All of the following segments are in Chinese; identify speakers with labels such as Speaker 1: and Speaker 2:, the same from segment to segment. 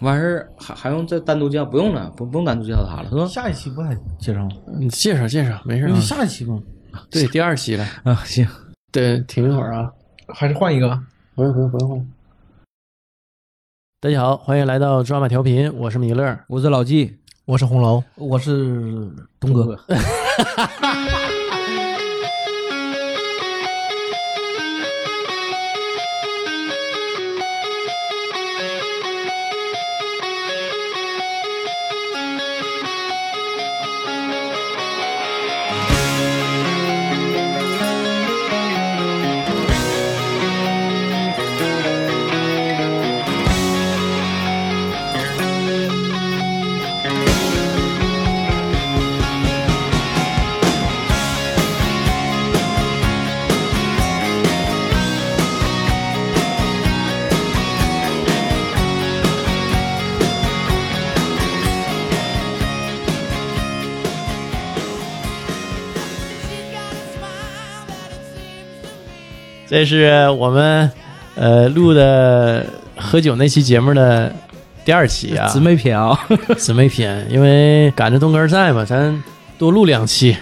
Speaker 1: 完事儿还还用再单独介绍？不用了，不不用单独介绍他了，是吧？
Speaker 2: 下一期不还介绍吗？
Speaker 3: 你嗯介绍介绍，没事儿
Speaker 2: 那
Speaker 3: 啊
Speaker 2: 就。下一期吧。
Speaker 3: 对，第二期了。
Speaker 1: 啊，行，
Speaker 3: 对，停一会儿啊，还是换一个。不用不用不用换。大家好，欢迎来到抓马调频，我是米勒。
Speaker 1: 我是老纪，
Speaker 2: 我是红楼，我是东哥。
Speaker 3: 这是我们呃录的喝酒那期节目的第二期啊，
Speaker 1: 姊妹篇 啊，
Speaker 3: 姊妹篇，因为赶着东哥在嘛，咱多录两期，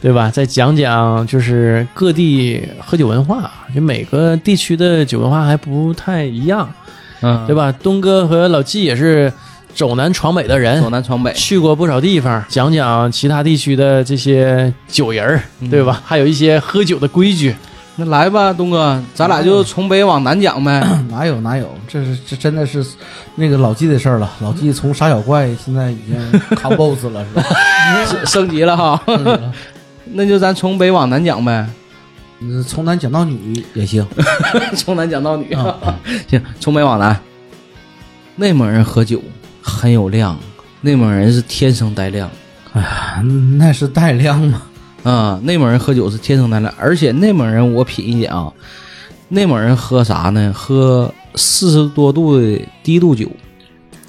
Speaker 3: 对吧？再讲讲就是各地喝酒文化，就每个地区的酒文化还不太一样，
Speaker 1: 嗯，
Speaker 3: 对吧？东哥和老纪也是走南闯北的人
Speaker 1: 走，南闯北，
Speaker 3: 去过不少地方，讲讲其他地区的这些酒人儿，对吧？还有一些喝酒的规矩。
Speaker 1: 那来吧，东哥，咱俩就从北往南讲呗。
Speaker 2: 哪有哪有，这是这真的是那个老纪的事儿了。老纪从杀小怪现在已经扛 BOSS 了，是 吧？
Speaker 1: 升升级了哈， 那就咱从北往南讲呗，
Speaker 2: 你嗯从男讲到女也 行。
Speaker 1: 从南讲到女
Speaker 2: 啊。
Speaker 1: 行，从北往南，内蒙人喝酒很有量，内蒙人是天生带量
Speaker 2: 啊，那是带量吗？
Speaker 1: 啊、内蒙人喝酒是天生带量，而且内蒙人我品一点啊，内蒙人喝啥呢？喝四十多度的低度酒，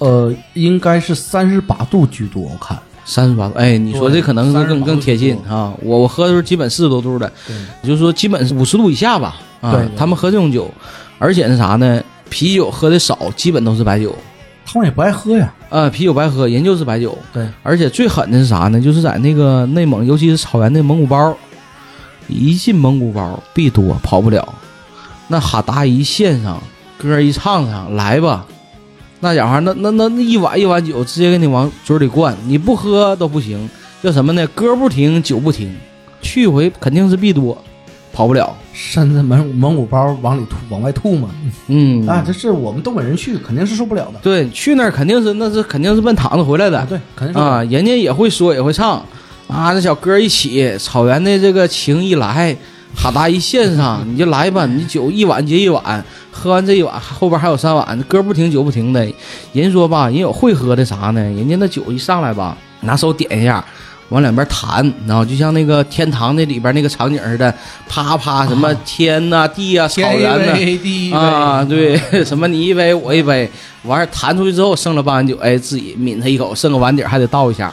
Speaker 2: 呃，应该是三十八度居多，我看。
Speaker 1: 三十八度，哎，你说这可能是更
Speaker 2: 38
Speaker 1: 更贴近
Speaker 2: 度
Speaker 1: 啊！我我喝的时候基本四十多度的，也就是说基本是五十度以下吧。啊，
Speaker 2: 对对
Speaker 1: 他们喝这种酒，而且是啥呢？啤酒喝的少，基本都是白酒。
Speaker 2: 他们也不爱喝呀。
Speaker 1: 啊，啤酒白喝，人就是白酒。
Speaker 2: 对，
Speaker 1: 而且最狠的是啥呢？就是在那个内蒙，尤其是草原的蒙古包，一进蒙古包必多，跑不了。那哈达一献上，歌一唱上，来吧，那家伙那那那那一碗一碗酒直接给你往嘴里灌，你不喝都不行。叫什么呢？歌不停，酒不停，去回肯定是必多，跑不了。
Speaker 2: 扇着蒙蒙古包往里吐，往外吐嘛。
Speaker 1: 嗯，
Speaker 2: 啊，这是我们东北人去肯定是受不了的。
Speaker 1: 对，去那儿肯定是那是肯定是奔堂子回来的
Speaker 2: 啊，。对，肯定是
Speaker 1: 啊，人家也会说，也会唱啊，这小歌一起，草原的这个情一来，哈达一献上，你就来吧，你酒一碗接一碗，喝完这一碗，后边还有三碗，歌不停，酒不停的。人说吧，人有会喝的啥呢？人家那酒一上来吧，拿手点一下。往两边弹，然后就像那个天堂那里边那个场景似的，啪啪什么天呐、地呀、草
Speaker 2: 啊天一
Speaker 1: 原呐、
Speaker 2: 杯地一杯
Speaker 1: 啊，对，
Speaker 2: 嗯
Speaker 1: 什么你一杯我一杯，完事儿弹出去之后剩了半碗酒，哎，自己抿它一口，剩个碗底儿还得倒一下，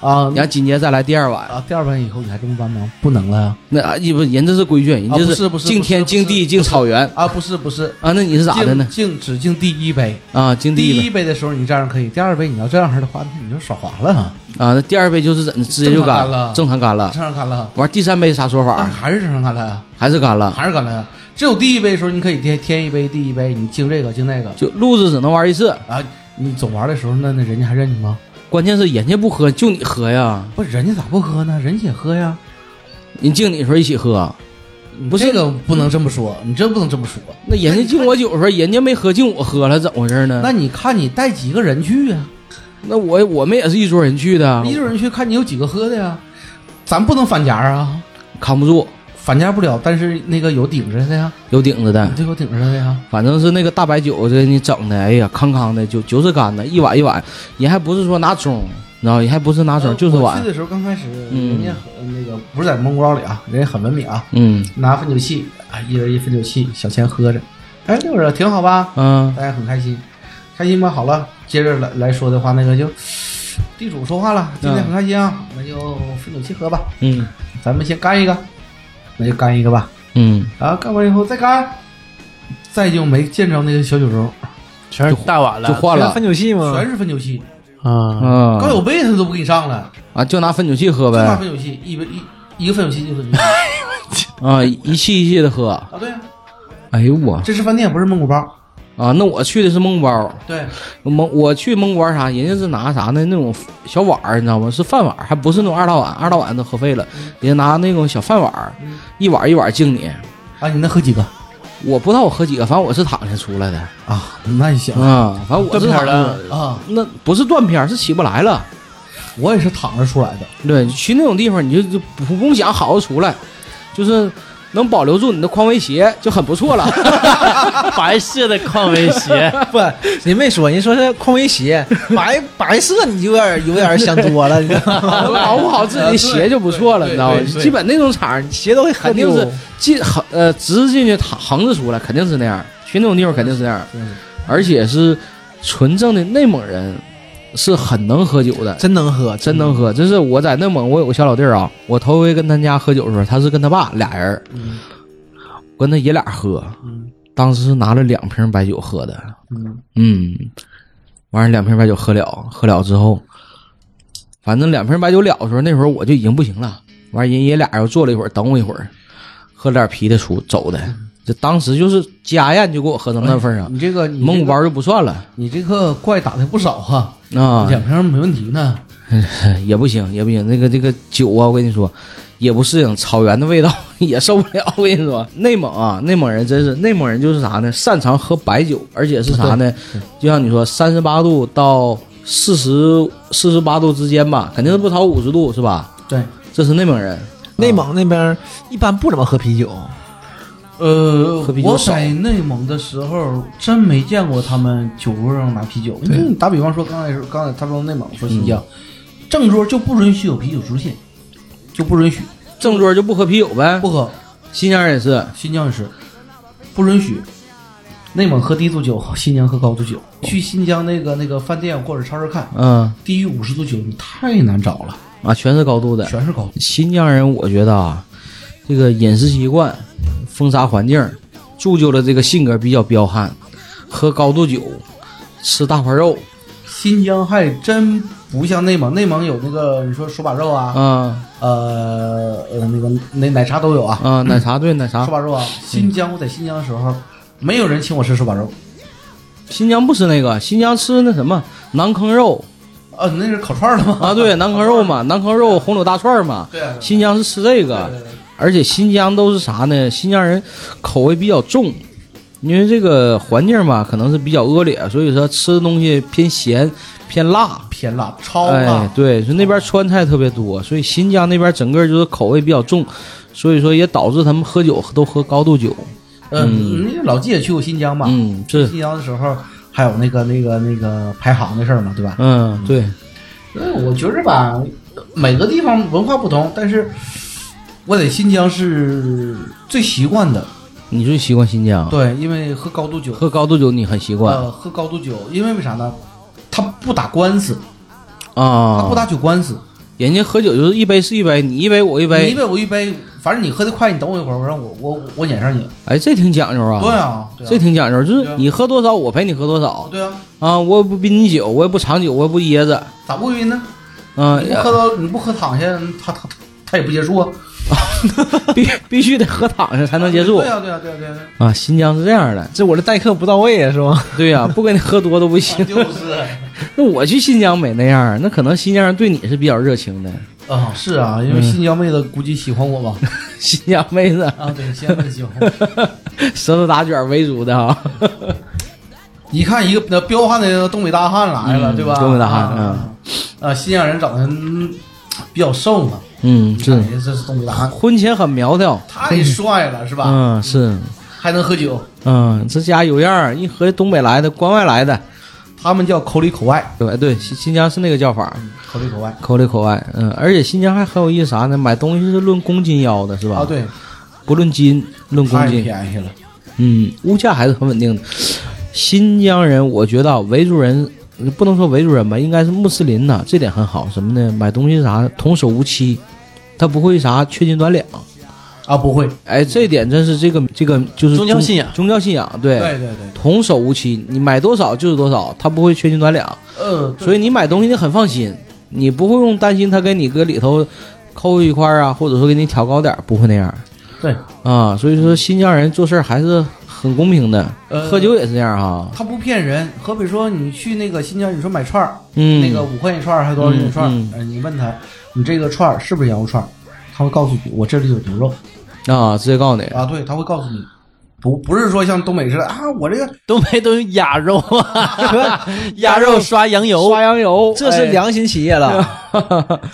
Speaker 2: 啊
Speaker 1: 然后紧接着再来第二碗。
Speaker 2: 啊！第二碗以后你还这么办吗？不能了呀！
Speaker 1: 那啊，不人这是规矩，人
Speaker 2: 啊
Speaker 1: 这
Speaker 2: 不是不是
Speaker 1: 敬
Speaker 2: 不是
Speaker 1: 天
Speaker 2: 不
Speaker 1: 敬
Speaker 2: 是
Speaker 1: 地
Speaker 2: 不
Speaker 1: 敬
Speaker 2: 是
Speaker 1: 草原
Speaker 2: 啊，不是不是，
Speaker 1: 啊，那你是咋的呢？
Speaker 2: 敬敬只敬第一杯，
Speaker 1: 啊，敬
Speaker 2: 第
Speaker 1: 地
Speaker 2: 一杯的时候你这样可以，第二杯你要这样式的话，那你就耍滑了啊，
Speaker 1: 呗啊，那第二杯就是怎直接
Speaker 2: 正
Speaker 1: 就
Speaker 2: 常
Speaker 1: 干
Speaker 2: 干了啊
Speaker 1: 正常干了。
Speaker 2: 正常干了，
Speaker 1: 完第三杯啥说
Speaker 2: 那
Speaker 1: 法？
Speaker 2: 还是正常干了呀，
Speaker 1: 还是干了，
Speaker 2: 还是干了呀。只有第一杯的时候，你可以添添一杯，第一杯你敬这个敬那个
Speaker 1: 就路子只能玩一次，
Speaker 2: 啊。你总玩的时候，那那人家还认你吗？
Speaker 1: 关键是人家不喝，就你喝呀。
Speaker 2: 不，人家咋不喝呢？人家也喝呀。
Speaker 1: 人敬你的时候一起喝，
Speaker 2: 你
Speaker 1: 不是
Speaker 2: 这个不能这么说，你这不能这么说。
Speaker 1: 那人家敬我酒的时候，人家没喝，敬我喝了，怎么回事呢？
Speaker 2: 那你看你带几个人去呀、
Speaker 1: 那我我们也是一桌人去的，
Speaker 2: 一个人去看你有几个喝的呀？咱不能反夹啊，
Speaker 1: 扛不住，
Speaker 2: 反夹不了，但是那个有顶着的呀，
Speaker 1: 有顶子的。
Speaker 2: 这有顶着的呀。
Speaker 1: 反正是那个大白酒给你整的，哎呀，康康的，酒酒是干的，一碗一碗，人还不是说拿盅，你知道，人还不是拿盅，就是
Speaker 2: 我去
Speaker 1: 碗。
Speaker 2: 的时候刚开始，
Speaker 1: 嗯
Speaker 2: 人家很那个不是在蒙古包里啊，人家很文明啊，
Speaker 1: 嗯
Speaker 2: 拿分酒器啊，一人一分酒器，小钱喝着，哎，六着挺好吧，
Speaker 1: 嗯
Speaker 2: 大家很开心，开心吧？好了，接着来来说的话，那个就地主说话了，今天很开心啊，那就分酒器喝吧，
Speaker 1: 嗯
Speaker 2: 咱们先干一个，那就干一个吧。
Speaker 1: 嗯，
Speaker 2: 啊，干完以后再干，再就没见着那个小酒盅，
Speaker 3: 全是大碗了，
Speaker 1: 就换了
Speaker 3: 全是分酒器吗？
Speaker 2: 全是汾酒器，
Speaker 3: 啊，
Speaker 1: 嗯
Speaker 2: 高友杯他都不给你上了，
Speaker 1: 啊，就拿分酒器喝
Speaker 2: 就拿
Speaker 1: 呗，
Speaker 2: 汾酒器，一杯一一个汾酒器一个 汾酒器
Speaker 1: 啊，一气一气的喝。
Speaker 2: 啊，对呀，
Speaker 1: 哎呦我
Speaker 2: 啊这是饭店，不是蒙古包。
Speaker 1: 啊，那我去的是蒙古包，
Speaker 2: 对，
Speaker 1: 蒙我去蒙古包啥，人家是拿啥呢？那种小碗儿，你知道吗？是饭碗儿，还不是那种二大碗，二大碗都喝废了，人家拿那种小饭碗儿，一碗一碗敬你。
Speaker 2: 啊，你能喝几个
Speaker 1: 我不知道我喝几个，反正我是躺下出来的
Speaker 2: 啊？那你行
Speaker 1: 啊、反正我
Speaker 3: 断
Speaker 1: 是
Speaker 3: 片
Speaker 1: 躺
Speaker 3: 儿
Speaker 1: 着
Speaker 3: 了，
Speaker 2: 啊，
Speaker 1: 那不是断片儿，是起不来了。
Speaker 2: 我也是躺着出来的。
Speaker 1: 对，去那种地方你就就不不用想好好出来，就是能保留住你的匡威鞋就很不错 了。
Speaker 3: 白色的 匡威鞋，
Speaker 4: 不，人没说，人说是匡威鞋，白白色你就有点有点想多 了，你知道吗？
Speaker 1: 保护好自己的鞋就不错了，你知道吗？基本那种场儿
Speaker 4: 鞋都会很
Speaker 1: 肯定是进横呃直进去躺横着出来，肯定是那样。去那种地方肯定是那样，而且是纯正的内蒙人，是很能喝酒的。
Speaker 4: 真能喝，
Speaker 1: 真能喝，这是我在内蒙，我有个小老弟儿啊，我头回跟他家喝酒的时候，他是跟他爸俩人儿，我跟他爷俩喝，当时是拿了两瓶白酒喝的，嗯，完了两瓶白酒喝了，喝了之后，反正两瓶白酒了的时候，那会儿我就已经不行了，完人爷俩又坐了一会儿，等我一会儿，喝了点啤的出走的，这当时就是家宴就给我喝成那份儿上，
Speaker 2: 你这个你
Speaker 1: 蒙古
Speaker 2: 这个
Speaker 1: 包就不算了
Speaker 2: 你这个怪打的不少哈，
Speaker 1: 啊，
Speaker 2: 两瓶没问题呢。
Speaker 1: 也不行，也不行。那个这个酒啊，我跟你说，也不适应草原的味道， 也受不了。我跟你说，内蒙啊，内蒙人真是内蒙人就是啥呢？擅长喝白酒，而且是啥呢？就像你说，三十八度到四十四十八度之间吧，肯定是不超五十度，是吧？
Speaker 2: 对，
Speaker 1: 这是内蒙人。
Speaker 4: 内蒙那边一般不怎么喝啤酒，
Speaker 2: 呃
Speaker 1: 喝啤，酒
Speaker 2: 我
Speaker 1: 少
Speaker 2: 在内蒙的时候真没见过他们酒桌上拿啤酒。因为你打比方说，刚才说刚才他说内蒙说新疆，
Speaker 1: 嗯
Speaker 2: 正桌就不允许有啤酒出现，就不允许
Speaker 1: 正桌就不喝啤酒呗
Speaker 2: 不，喝。
Speaker 1: 新疆人也是，
Speaker 2: 新疆也是，不允许。内蒙喝低度酒，新疆喝高度酒。
Speaker 1: 哦
Speaker 2: 去新疆那个那个饭店或者超市看，
Speaker 1: 嗯
Speaker 2: 低于五十度酒你太难找了，
Speaker 1: 啊，全是高度的，
Speaker 2: 全是高度。
Speaker 1: 新疆人，我觉得啊，这个饮食习惯、风沙环境，铸就了这个性格比较彪悍，喝高度酒，吃大块肉，
Speaker 2: 新疆还真不像内蒙，内蒙有那个你说手把肉啊，
Speaker 1: 啊
Speaker 2: 呃呃那个那奶茶都有啊，
Speaker 1: 啊，奶茶对奶茶
Speaker 2: 手，把肉啊。新疆我在新疆的时候，没有人请我吃手把肉，
Speaker 1: 新疆不吃那个，新疆吃那什么馕坑肉
Speaker 2: 啊，那是烤串儿了吗？
Speaker 1: 啊，对，馕坑肉嘛，馕坑肉、红柳大串儿嘛，
Speaker 2: 对啊，对啊
Speaker 1: 新疆是吃这
Speaker 2: 对
Speaker 1: 个，
Speaker 2: 啊对啊对啊
Speaker 1: 而且新疆都是啥呢？新疆人口味比较重，因为这个环境嘛，可能是比较恶劣，所以说吃的东西偏咸、偏辣。
Speaker 2: 偏辣，超
Speaker 1: 哎
Speaker 2: 辣，，
Speaker 1: 对，所以那边川菜特别多，所以新疆那边整个就是口味比较重，所以说也导致他们喝酒都喝高度酒。
Speaker 2: 嗯，那老季也去过新疆吧？
Speaker 1: 嗯，是，
Speaker 2: 新疆的时候还有那个那个那个排行的事儿嘛，对吧？
Speaker 1: 嗯，对，
Speaker 2: 嗯，我觉着吧，每个地方文化不同，但是我在新疆是最习惯的。
Speaker 1: 你最习惯新疆，
Speaker 2: 对，因为啊喝高度酒，
Speaker 1: 喝高度酒你很习惯
Speaker 2: 呃，喝高度酒，因为为啥呢？他不打官司，他不
Speaker 1: 啊。
Speaker 2: 打酒官司，
Speaker 1: 人家喝酒就是一杯是一杯，你一杯我一
Speaker 2: 你一
Speaker 1: 杯，
Speaker 2: 杯我一杯，反正你喝的快，你等我一会儿，我让我我我撵上你。
Speaker 1: 哎，这挺讲究
Speaker 2: 对
Speaker 1: 啊，
Speaker 2: 啊，对啊
Speaker 1: 这挺讲究，就
Speaker 2: 对
Speaker 1: 是
Speaker 2: 啊
Speaker 1: 你喝多少我陪你喝多少
Speaker 2: 对啊，
Speaker 1: 啊，我也不逼你酒，我也不长酒，我也不噎着，
Speaker 2: 咋不晕呢？
Speaker 1: 啊
Speaker 2: 你，不喝到你不喝躺下，他他他也不接触啊，
Speaker 1: 必 必须得喝躺下才能结束
Speaker 2: 对啊，对啊，对啊，对啊，对啊
Speaker 1: 啊。新疆是这样的，
Speaker 4: 这我这待客不到位啊，是吗？
Speaker 1: 对呀，不跟你喝多都不行。
Speaker 2: 啊就是。
Speaker 1: 那我去新疆没那样儿，那可能新疆人对你是比较热情的。
Speaker 2: 啊，是
Speaker 1: 嗯
Speaker 2: 啊，因为新疆妹子估计喜欢我吧？
Speaker 1: 新疆妹子
Speaker 2: 啊，对，新疆妹子喜欢我。
Speaker 1: 舌头打卷为主的啊，
Speaker 2: 一看一个那彪悍的东北大汉来了，
Speaker 1: 嗯
Speaker 2: 对吧？
Speaker 1: 东北大汉
Speaker 2: 啊，啊，新疆人长得嗯比较瘦嘛，
Speaker 1: 嗯，
Speaker 2: 一看人家这是东北大汉，
Speaker 1: 婚前很苗条，
Speaker 2: 太帅了，是吧？
Speaker 1: 嗯是，
Speaker 2: 还能喝酒，
Speaker 1: 嗯这家有样儿，一合东北来的，关外来的，
Speaker 2: 他们叫口里口外，
Speaker 1: 对吧对，新新疆是那个叫法，
Speaker 2: 口里口外
Speaker 1: 口里口外，嗯，而且新疆还很有意思啥呢？买东西是论公斤要的，是吧？
Speaker 2: 啊，，对，
Speaker 1: 不论斤，论公
Speaker 2: 太
Speaker 1: 斤，
Speaker 2: 便宜了，
Speaker 1: 嗯，物价还是很稳定的。新疆人，我觉得啊维族人。不能说维族人吧，应该是穆斯林呐、这点很好。什么呢？买东西啥童叟无欺，他不会啥缺斤短两，
Speaker 2: 啊，不会，
Speaker 1: 哎，这点真是这个这个就是
Speaker 3: 宗教信仰
Speaker 1: 宗教信仰对，
Speaker 2: 对对对，
Speaker 1: 童叟无欺，你买多少就是多少，他不会缺斤短两，
Speaker 2: 呃，
Speaker 1: 所以你买东西你很放心，你不会用担心他给你搁里头抠一块儿啊，或者说给你调高点儿，不会那样
Speaker 2: 对，
Speaker 1: 啊。所以说新疆人做事儿还是很公平的，
Speaker 2: 呃
Speaker 1: 喝酒也是这样哈。
Speaker 2: 他不骗人。河北说你去那个新疆，你说买串儿，
Speaker 1: 嗯，
Speaker 2: 那个五块钱一串儿还是多少钱一串儿
Speaker 1: 嗯？
Speaker 2: 呃你问他，你这个串儿是不是羊肉串儿？他会告诉你，我这里有牛肉
Speaker 1: 啊，直接告诉你，
Speaker 2: 啊，对，他会告诉你，不不是说像东北似的啊，我这个
Speaker 3: 东北都用鸭肉 啊，鸭肉刷羊油，
Speaker 1: 刷羊油，哎
Speaker 4: 这是良心企业 了，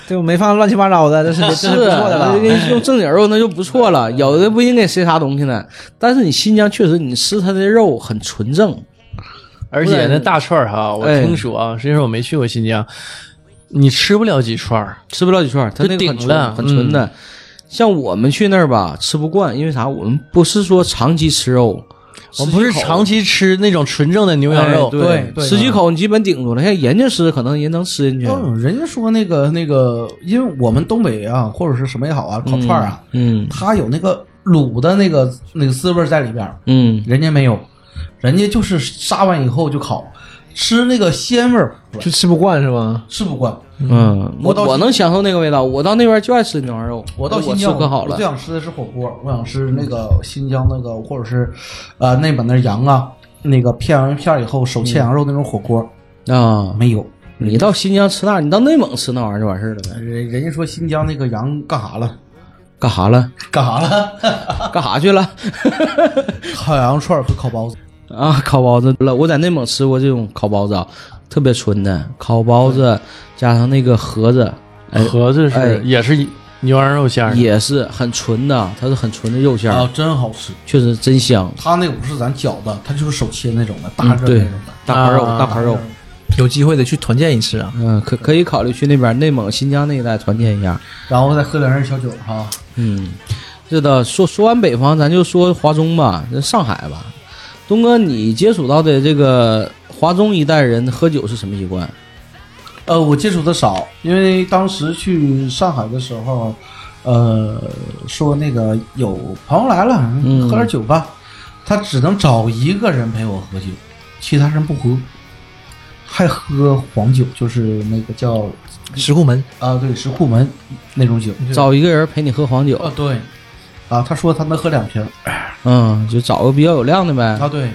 Speaker 4: 这我没放乱七八糟的，这是这
Speaker 1: 是啊
Speaker 4: 不错的了。
Speaker 1: 用正经肉那就不错了。有的不应该塞啥东西呢，但是你新疆确实你吃它的肉很纯正，
Speaker 3: 而且那大串儿哈，我
Speaker 1: 哎
Speaker 3: 听说啊，实际上我没去过新疆，你吃不了几串儿，
Speaker 1: 吃不了几串，它那个很
Speaker 3: 就顶了
Speaker 1: 纯很纯的。像我们去那儿吧，吃不惯，因为啥？我们不是说长期吃肉，
Speaker 3: 我们不是
Speaker 1: 十几口
Speaker 3: 长期吃那种纯正的牛羊肉嗯
Speaker 1: 哎，对
Speaker 2: 对对
Speaker 1: 十几口你基本顶住了。像人家吃，可能人能吃进去。
Speaker 2: 嗯，人家说那个那个，因为我们东北啊，或者是什么也好啊，烤串儿啊，
Speaker 1: 嗯
Speaker 2: 它有那个卤的那个那个滋味儿在里边儿，
Speaker 1: 嗯，
Speaker 2: 人家没有，人家就是杀完以后就烤，吃那个鲜味儿
Speaker 4: 就吃不惯是吧？
Speaker 2: 吃不惯。
Speaker 1: 嗯，我
Speaker 2: 我到
Speaker 1: 我能享受那个味道。我到那边就爱吃牛羊肉，
Speaker 2: 哎我到新
Speaker 1: 吃
Speaker 2: 疆
Speaker 1: 可好
Speaker 2: 我最
Speaker 1: 了。
Speaker 2: 想吃的是火锅，我想吃那个新疆那个，或者是，呃，内蒙那羊啊，那个片完片儿以后手切羊肉那种火锅、
Speaker 1: 啊，
Speaker 2: 没有。
Speaker 1: 你到新疆吃那，你到内蒙吃那玩意儿就完事儿了呗。
Speaker 2: 呃人人家说新疆那个羊干啥了？
Speaker 1: 干啥了？
Speaker 2: 干啥了？
Speaker 1: 干啥去了？
Speaker 2: 烤羊肉串儿和烤包子。
Speaker 1: 啊，烤包子了！我在内蒙吃过这种烤包子啊，特别纯的烤包子，加上那个盒子，哎，
Speaker 3: 盒子
Speaker 1: 哎
Speaker 3: 是也是牛羊肉馅儿的，
Speaker 1: 也是很纯的，它是很纯的肉馅儿，
Speaker 2: 啊，真好吃！
Speaker 1: 确实真香。
Speaker 2: 他那个不是咱饺子，他就是手切那种的，大
Speaker 1: 嗯
Speaker 2: 热
Speaker 1: 对
Speaker 2: 那种的。
Speaker 1: 大块肉，
Speaker 3: 啊
Speaker 1: 大块肉，
Speaker 4: 有机会得去团建一次啊！
Speaker 1: 嗯，可可以考虑去那边内蒙、新疆那一带团建一下。
Speaker 2: 然后再喝点儿小酒哈、
Speaker 1: 嗯，是的。说说完北方，咱就说华中吧，这上海吧。东哥，你接触到的这个华中一带人喝酒是什么习惯？
Speaker 2: 呃，我接触的少，因为当时去上海的时候，呃，说那个有朋友来了，
Speaker 1: 嗯
Speaker 2: 喝点酒吧，他只能找一个人陪我喝酒，其他人不喝，还喝黄酒，就是那个叫
Speaker 3: 嗯
Speaker 4: 石库门
Speaker 2: 啊、对，石库门那种酒。
Speaker 1: 找一个人陪你喝黄酒，
Speaker 2: 啊，对，啊，他说他能喝两瓶儿
Speaker 1: 嗯，就找个比较有量的呗。
Speaker 2: 啊，对，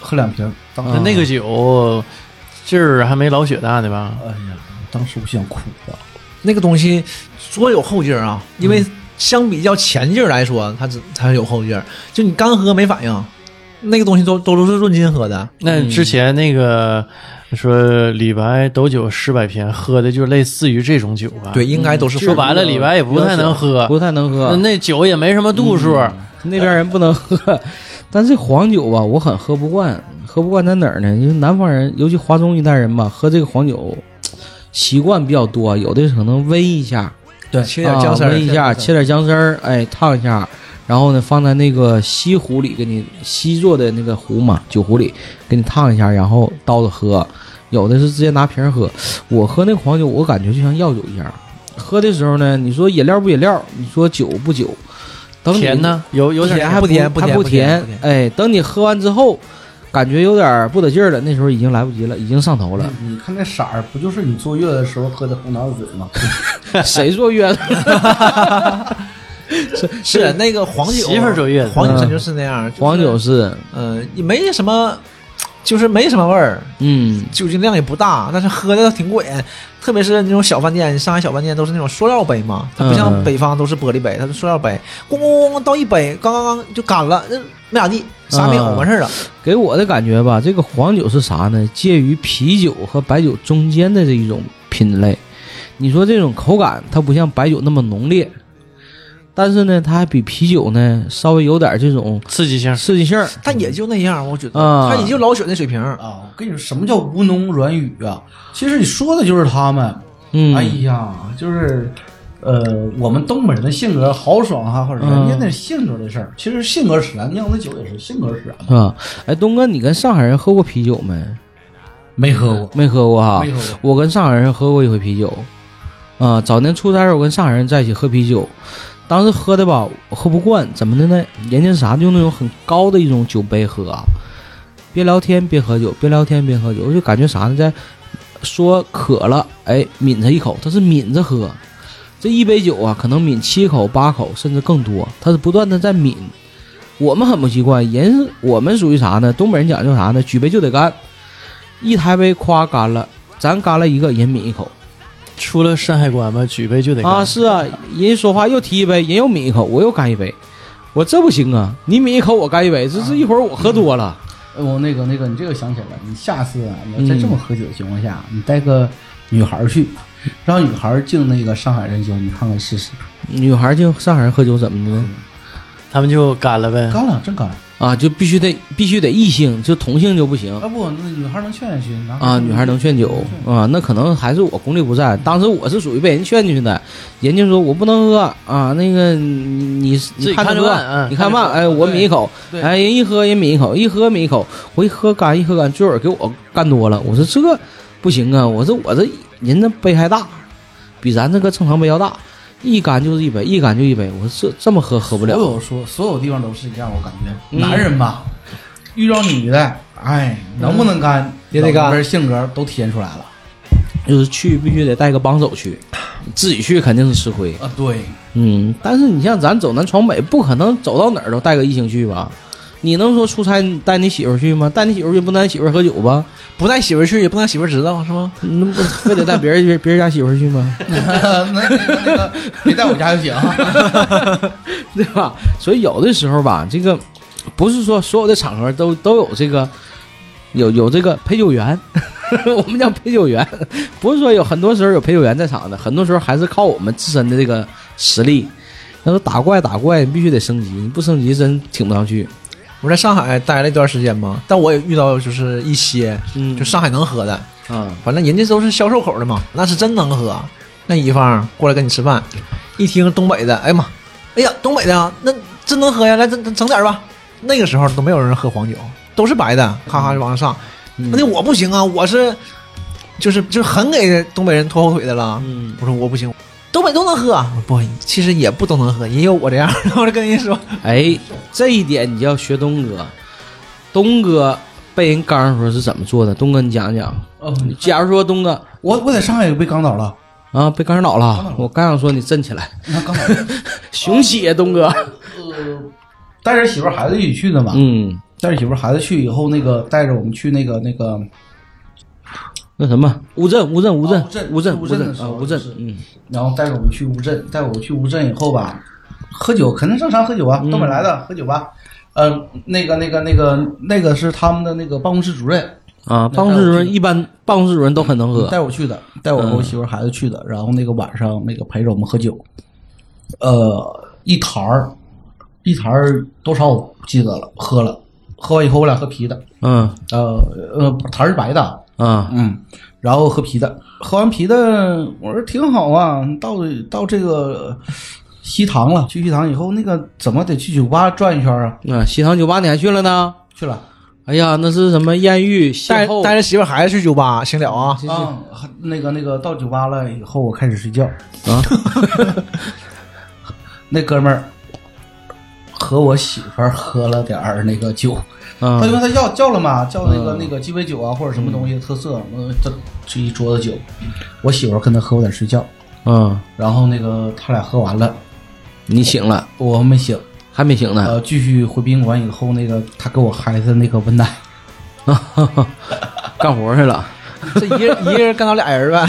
Speaker 2: 喝两瓶儿，当时
Speaker 1: 啊
Speaker 3: 那那个酒劲儿还没老雪大呢吧？
Speaker 2: 哎呀，当时我想哭啊，
Speaker 4: 那个东西说有后劲儿啊，因为相比较前劲儿来说，它只它有后劲儿。就你干喝没反应，那个东西都都都是润斤喝
Speaker 2: 啊
Speaker 4: 的。
Speaker 3: 那之前那个说李白斗酒诗百篇，喝的就类似于这种酒吧？
Speaker 4: 对，，应该都是
Speaker 3: 说白了，李白也不太能喝，
Speaker 1: 不太能喝，
Speaker 3: 那酒也没什么度数，
Speaker 1: 那边人不能喝。 但这黄酒吧，我很喝不惯，喝不惯在哪儿呢？就是南方人，尤其华中一带人吧，喝这个黄酒习惯比较多，有的可能煨一下，
Speaker 2: 嗯
Speaker 4: 对，切
Speaker 1: 啊
Speaker 4: 点姜丝儿，
Speaker 1: 煨一下，
Speaker 4: 切
Speaker 1: 切点姜丝儿，哎，烫一下，然后呢，放在那个锡壶里，给你锡做的那个壶嘛，酒壶里给你烫一下，然后倒着喝。有的是直接拿瓶儿喝，我喝那个黄酒，我感觉就像药酒一样。喝的时候呢，你说饮料不饮料，你说酒不酒，等你
Speaker 3: 嗯甜呢，有有点
Speaker 1: 甜还
Speaker 4: 不甜
Speaker 1: 不
Speaker 4: 不
Speaker 1: 还
Speaker 4: 甜不
Speaker 1: 甜
Speaker 4: 甜不甜
Speaker 1: 哎，等你喝完之后，感觉有点不得劲儿了，那时候已经来不及了，已经上 头了。
Speaker 2: 你你看那色儿，不就是你坐月子的时候喝的红糖水 吗？
Speaker 1: 谁坐月子？
Speaker 4: 是那个黄酒，
Speaker 3: 媳妇儿坐月子
Speaker 4: 黄酒它就是那样，就 是
Speaker 1: 嗯黄酒，是，
Speaker 4: 呃，也没什么，就是没什么味儿，
Speaker 1: 嗯，
Speaker 4: 酒精量也不大，但是喝的挺过瘾。特别是那种小饭店，上海小饭店都是那种塑料杯嘛，它
Speaker 1: 嗯
Speaker 4: 不像北方都是玻璃杯，它是塑料杯，咣咣咣咣倒一杯，刚刚刚就干了，那没咋地，啥没有
Speaker 1: 嗯
Speaker 4: 完事儿了。
Speaker 1: 给我的感觉吧，这个黄酒是啥呢？介于啤酒和白酒中间的这一种品类。你说这种口感，它不像白酒那么浓烈，但是呢，它还比啤酒呢稍微有点这种
Speaker 3: 刺激性。
Speaker 1: 刺激性儿。
Speaker 4: 但嗯也就那样，我觉得，
Speaker 1: 嗯
Speaker 4: 它也就老雪那水平。
Speaker 2: 啊，我跟你说，什么叫吴侬软语啊？其实你说的就是他们。
Speaker 1: 嗯，
Speaker 2: 哎呀，就是，呃，我们东北人的性格豪爽哈，或者
Speaker 4: 嗯
Speaker 2: 人家那性格的事儿，其实性格使然，酿的酒也是性格使然。
Speaker 1: 啊，哎，东哥，你跟上海人喝过啤酒没？
Speaker 2: 没喝过，
Speaker 1: 没喝过哈。
Speaker 2: 没喝过。
Speaker 1: 呃我跟上海人喝过一回啤酒，啊、早年出差时候我跟上海人在一起喝啤酒，当时喝的吧，我喝不惯，怎么的呢？人家啥就那种很高的一种酒杯喝啊，别聊天，别喝酒，别聊天，别喝酒，我就感觉啥呢，在说渴了，哎，抿他一口，他是抿着喝，这一杯酒啊，可能抿七口、八口，甚至更多，他是不断的在抿。我们很不习惯，人我们属于啥呢？东北人讲究啥呢？举杯就得干，一抬杯夸干了，咱干了一个，人抿一口。
Speaker 3: 出了山海关吧，举杯就得干
Speaker 1: 啊，是啊，人家说话又提一杯，人又抿一口，我又干一杯，我这不行啊！你抿一口，我干一杯，这这一会儿我喝多了，
Speaker 2: 哎我那个那个，你这个想起来了，你下次啊，你要在这么喝酒的情况下，你带个女孩儿去，让女孩儿敬那个上海人酒，你看看试试。
Speaker 1: 女孩就上海人喝酒怎么的呢？
Speaker 3: 他们就干了呗。
Speaker 2: 干了，真干了。
Speaker 1: 啊，就必须得必须得异性，就同性就不行
Speaker 2: 啊不，那女孩儿能劝下去，男孩儿
Speaker 1: 啊。女孩能劝酒啊，那可能还是我功力不在。当时我是属于被人劝进去的，人家说我不能喝啊，那个你
Speaker 3: 自
Speaker 1: 你
Speaker 3: 己
Speaker 1: 看
Speaker 3: 看着
Speaker 1: 喝
Speaker 3: 办啊
Speaker 1: 你看
Speaker 3: 看着
Speaker 1: 慢，哎，我抿一口，
Speaker 3: 对
Speaker 1: 哎，人一喝人抿一口，一喝抿一口，我一喝干一喝干，最后给我干多了。我说这不行啊，我说我这人那杯还大，比咱这个正常杯要大，一干就是一杯，一干就一杯。我说这这么喝喝
Speaker 3: 哦
Speaker 1: 不了
Speaker 2: 所有说所有地方都是一样，我感觉
Speaker 1: 嗯
Speaker 2: 男人吧，遇到女的，哎，能不能干
Speaker 4: 也得干
Speaker 2: 老哥性格都体现出来了
Speaker 1: 就是去必须得带个帮手去，自己去肯定是吃亏。
Speaker 2: 啊。对，
Speaker 1: 嗯，但是你像咱走南闯北，不可能走到哪儿都带个异性去吧？你能说出差你带你媳妇儿去吗？带你媳妇儿去不带你媳妇儿喝酒吧？
Speaker 4: 不带媳妇儿去，也不让媳妇儿知道，是吗？
Speaker 1: 那不非得带别人别人家媳妇儿去吗？
Speaker 2: 那那个那个别在我家就行。
Speaker 1: 对吧？所以有的时候吧，这个不是说所有的场合都都有这个有有这个陪酒员， 我们叫陪酒员，不是说有很多时候有陪酒员在场的，很多时候还是靠我们自身的这个实力。那说打怪打怪，你必须得升级，你不升级真挺不上去。
Speaker 4: 我在上海待了一段时间嘛，但我也遇到就是一些
Speaker 1: 嗯
Speaker 4: 就上海能喝的，
Speaker 1: 啊，
Speaker 4: 反正人家都是销售口的嘛，那是真能喝。啊那乙方过来跟你吃饭，一听东北的，哎呀妈，哎呀，东北的啊，那真能喝呀，来整整整点儿吧。那个时候都没有人喝黄酒，都是白的，咔咔就往上上。那我不行啊，我是就是就是很给东北人拖后腿的了。
Speaker 1: 嗯，
Speaker 4: 我说我不行，东北都能喝，啊我说不，其实也不都能喝，也有 我这样。然后就跟人说，
Speaker 1: 哎，这一点你要学东哥，东哥被人刚的时候是怎么做的？东哥，你讲讲。
Speaker 2: 哦，
Speaker 1: 假如说东哥
Speaker 2: 我我在上海也被刚倒 了，
Speaker 1: 啊被刚倒了，我刚想说你震起来，
Speaker 2: 那刚倒了。
Speaker 1: 雄起啊，东哥。
Speaker 2: 呃，带着媳妇儿孩子一起去的嘛，
Speaker 1: 嗯，
Speaker 2: 带着媳妇儿孩子去以后，那个带着我们去那个那个
Speaker 1: 那什么，乌镇，乌镇，乌镇
Speaker 2: 啊乌，镇
Speaker 1: 乌镇，
Speaker 2: 乌
Speaker 1: 乌
Speaker 2: 镇的
Speaker 1: 镇
Speaker 2: 时
Speaker 1: 啊，
Speaker 2: 候
Speaker 1: 乌镇
Speaker 2: 就是，
Speaker 1: 嗯，
Speaker 2: 然后带着我们去乌镇，带我去乌镇以后吧，喝酒肯定正常喝酒啊，东北来的、喝酒吧。呃，那个、那个、那个、那个是他们的那个办公室主任
Speaker 1: 啊，办公室主任一般，办公室主任都很能喝
Speaker 2: 带我去的，带我和我媳妇儿孩子去的。然后那个晚上，那个陪着我们喝酒，呃，一坛儿，一坛儿多少我不记得了，喝了，喝完以后我俩喝啤的，
Speaker 1: 嗯
Speaker 2: 呃呃，坛儿是白的，
Speaker 1: 啊，
Speaker 2: 嗯，然后喝啤的，喝完啤的，我说挺好啊，到到这个西塘了，去西塘以后，那个怎么得去酒吧转一圈啊？
Speaker 1: 那西塘酒吧你还去了呢？
Speaker 2: 去了
Speaker 1: 哎呀，那是什么艳遇、邂
Speaker 4: 带
Speaker 1: 逅
Speaker 4: 带着媳妇孩子去酒吧，行了啊。
Speaker 2: 啊，那个那个到酒吧了以后，我开始睡觉，
Speaker 1: 啊？
Speaker 2: 那哥们儿和我媳妇儿喝了点儿那个酒，
Speaker 1: 啊
Speaker 2: 他因为他要叫了嘛，叫那个那个鸡尾酒啊或者什么东西特色，嗯，这这一桌子酒，我媳妇儿跟他喝，我在睡觉，
Speaker 1: 啊，
Speaker 2: 然后那个他俩喝完了，
Speaker 1: 你醒了，
Speaker 2: 我没醒。
Speaker 1: 还没醒呢？
Speaker 2: 呃，继续回宾馆以后，那个他给我孩子那个温奶，呃
Speaker 1: 干活去了。
Speaker 4: 这一人一个人干到俩人呗。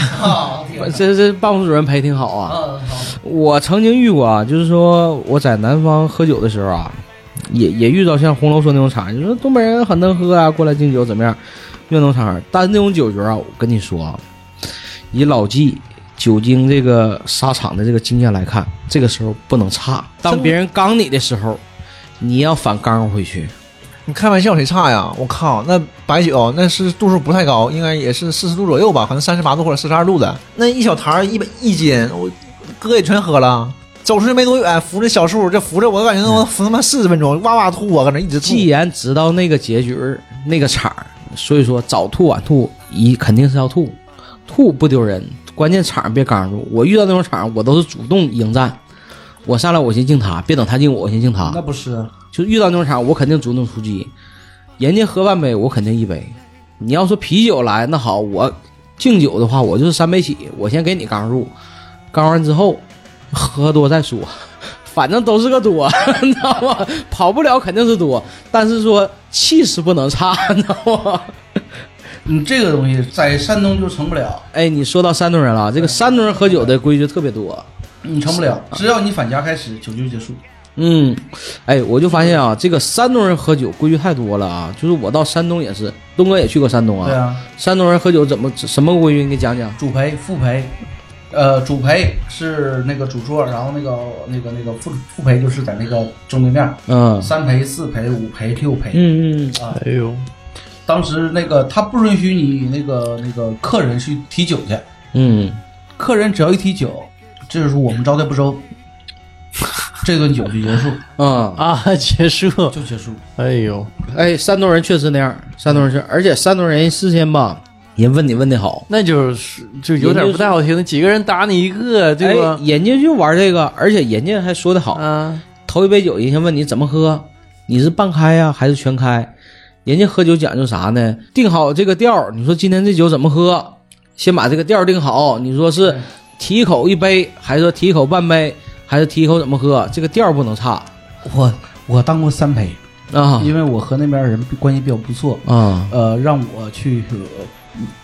Speaker 1: 这这办公室主任陪挺好啊。我曾经遇过啊，就是说我在南方喝酒的时候啊，也也遇到像红楼说那种场合，就说东北人很能喝啊，过来敬酒怎么样？遇到那种场合，但是那种酒局啊，我跟你说啊，以老纪酒精这个沙场的这个经验来看，这个时候不能差。当别人刚你的时候，你要反刚回去。
Speaker 4: 你开玩笑谁差呀？我靠，那白酒那是度数不太高，应该也是四十度左右吧，可能三十八度或者四十二度的。那一小坛儿一百一斤，我哥也全喝了。走出去没多远，扶着小树，这扶着我，我感觉我扶他妈四十分钟，哇哇吐啊，搁那一直吐。
Speaker 1: 既然知道那个结局儿那个场儿，所以说早吐晚吐，一肯定是要吐，吐不丢人，关键场儿别刚住。我遇到那种场儿，我都是主动迎战，我上来我先敬他，别等他敬我，我先敬他
Speaker 2: 那。不是啊，
Speaker 1: 就遇到那种场，我肯定主动出击，人家喝半杯，我肯定一杯。你要说啤酒来，那好，我敬酒的话，我就是三杯起，我先给你刚入，刚完之后喝多再说，反正都是个多， 你知道吗？跑不了肯定是多，但是说气势不能差， 你知道吗？
Speaker 2: 你嗯这个东西在山东就成不了，
Speaker 1: 哎，你说到山东人了，这个山东人喝酒的规矩特别多。
Speaker 2: 你嗯成不了。只要你返家开始，酒就结束。
Speaker 1: 嗯，哎，我就发现啊，这个山东人喝酒规矩太多了啊。就是我到山东也是，东哥也去过山东啊。
Speaker 2: 对啊，
Speaker 1: 山东人喝酒怎么什么规矩？你给讲讲。
Speaker 2: 主陪、副陪，呃，主陪是那个主桌，然后那个那个那个副副陪就是在那个正对面，
Speaker 1: 嗯
Speaker 2: 三陪、四陪、五陪、六陪。
Speaker 1: 嗯嗯
Speaker 3: 哎呦，
Speaker 2: 当时那个他不允许你那个那个客人去提酒去，
Speaker 1: 嗯，
Speaker 2: 客人只要一提酒，这就是我们招待不 周，这顿酒就结束，
Speaker 1: 啊、
Speaker 3: 啊， 结束，
Speaker 2: 就结束。
Speaker 3: 哎呦，
Speaker 1: 哎，山东人确实那样，山东人是，而且山东人事先吧，人问你问的好，
Speaker 3: 那就是就有点不太好听，几个人打你一个，对吧
Speaker 1: 哎？，人家就玩这个，而且人家还说的好，
Speaker 3: 啊，
Speaker 1: 头一杯酒，人家问你怎么喝，你是半开呀、还是全开？人家喝酒讲究啥呢？定好这个调儿，你说今天这酒怎么喝？先把这个调儿定好。你说是提一口一杯，还是说提一口半杯，还是提一口怎么喝？这个调儿不能差
Speaker 2: 我我当过三陪，
Speaker 1: 啊
Speaker 2: 因为我和那边人关系比较不错，
Speaker 1: 啊
Speaker 2: 呃，让我去呃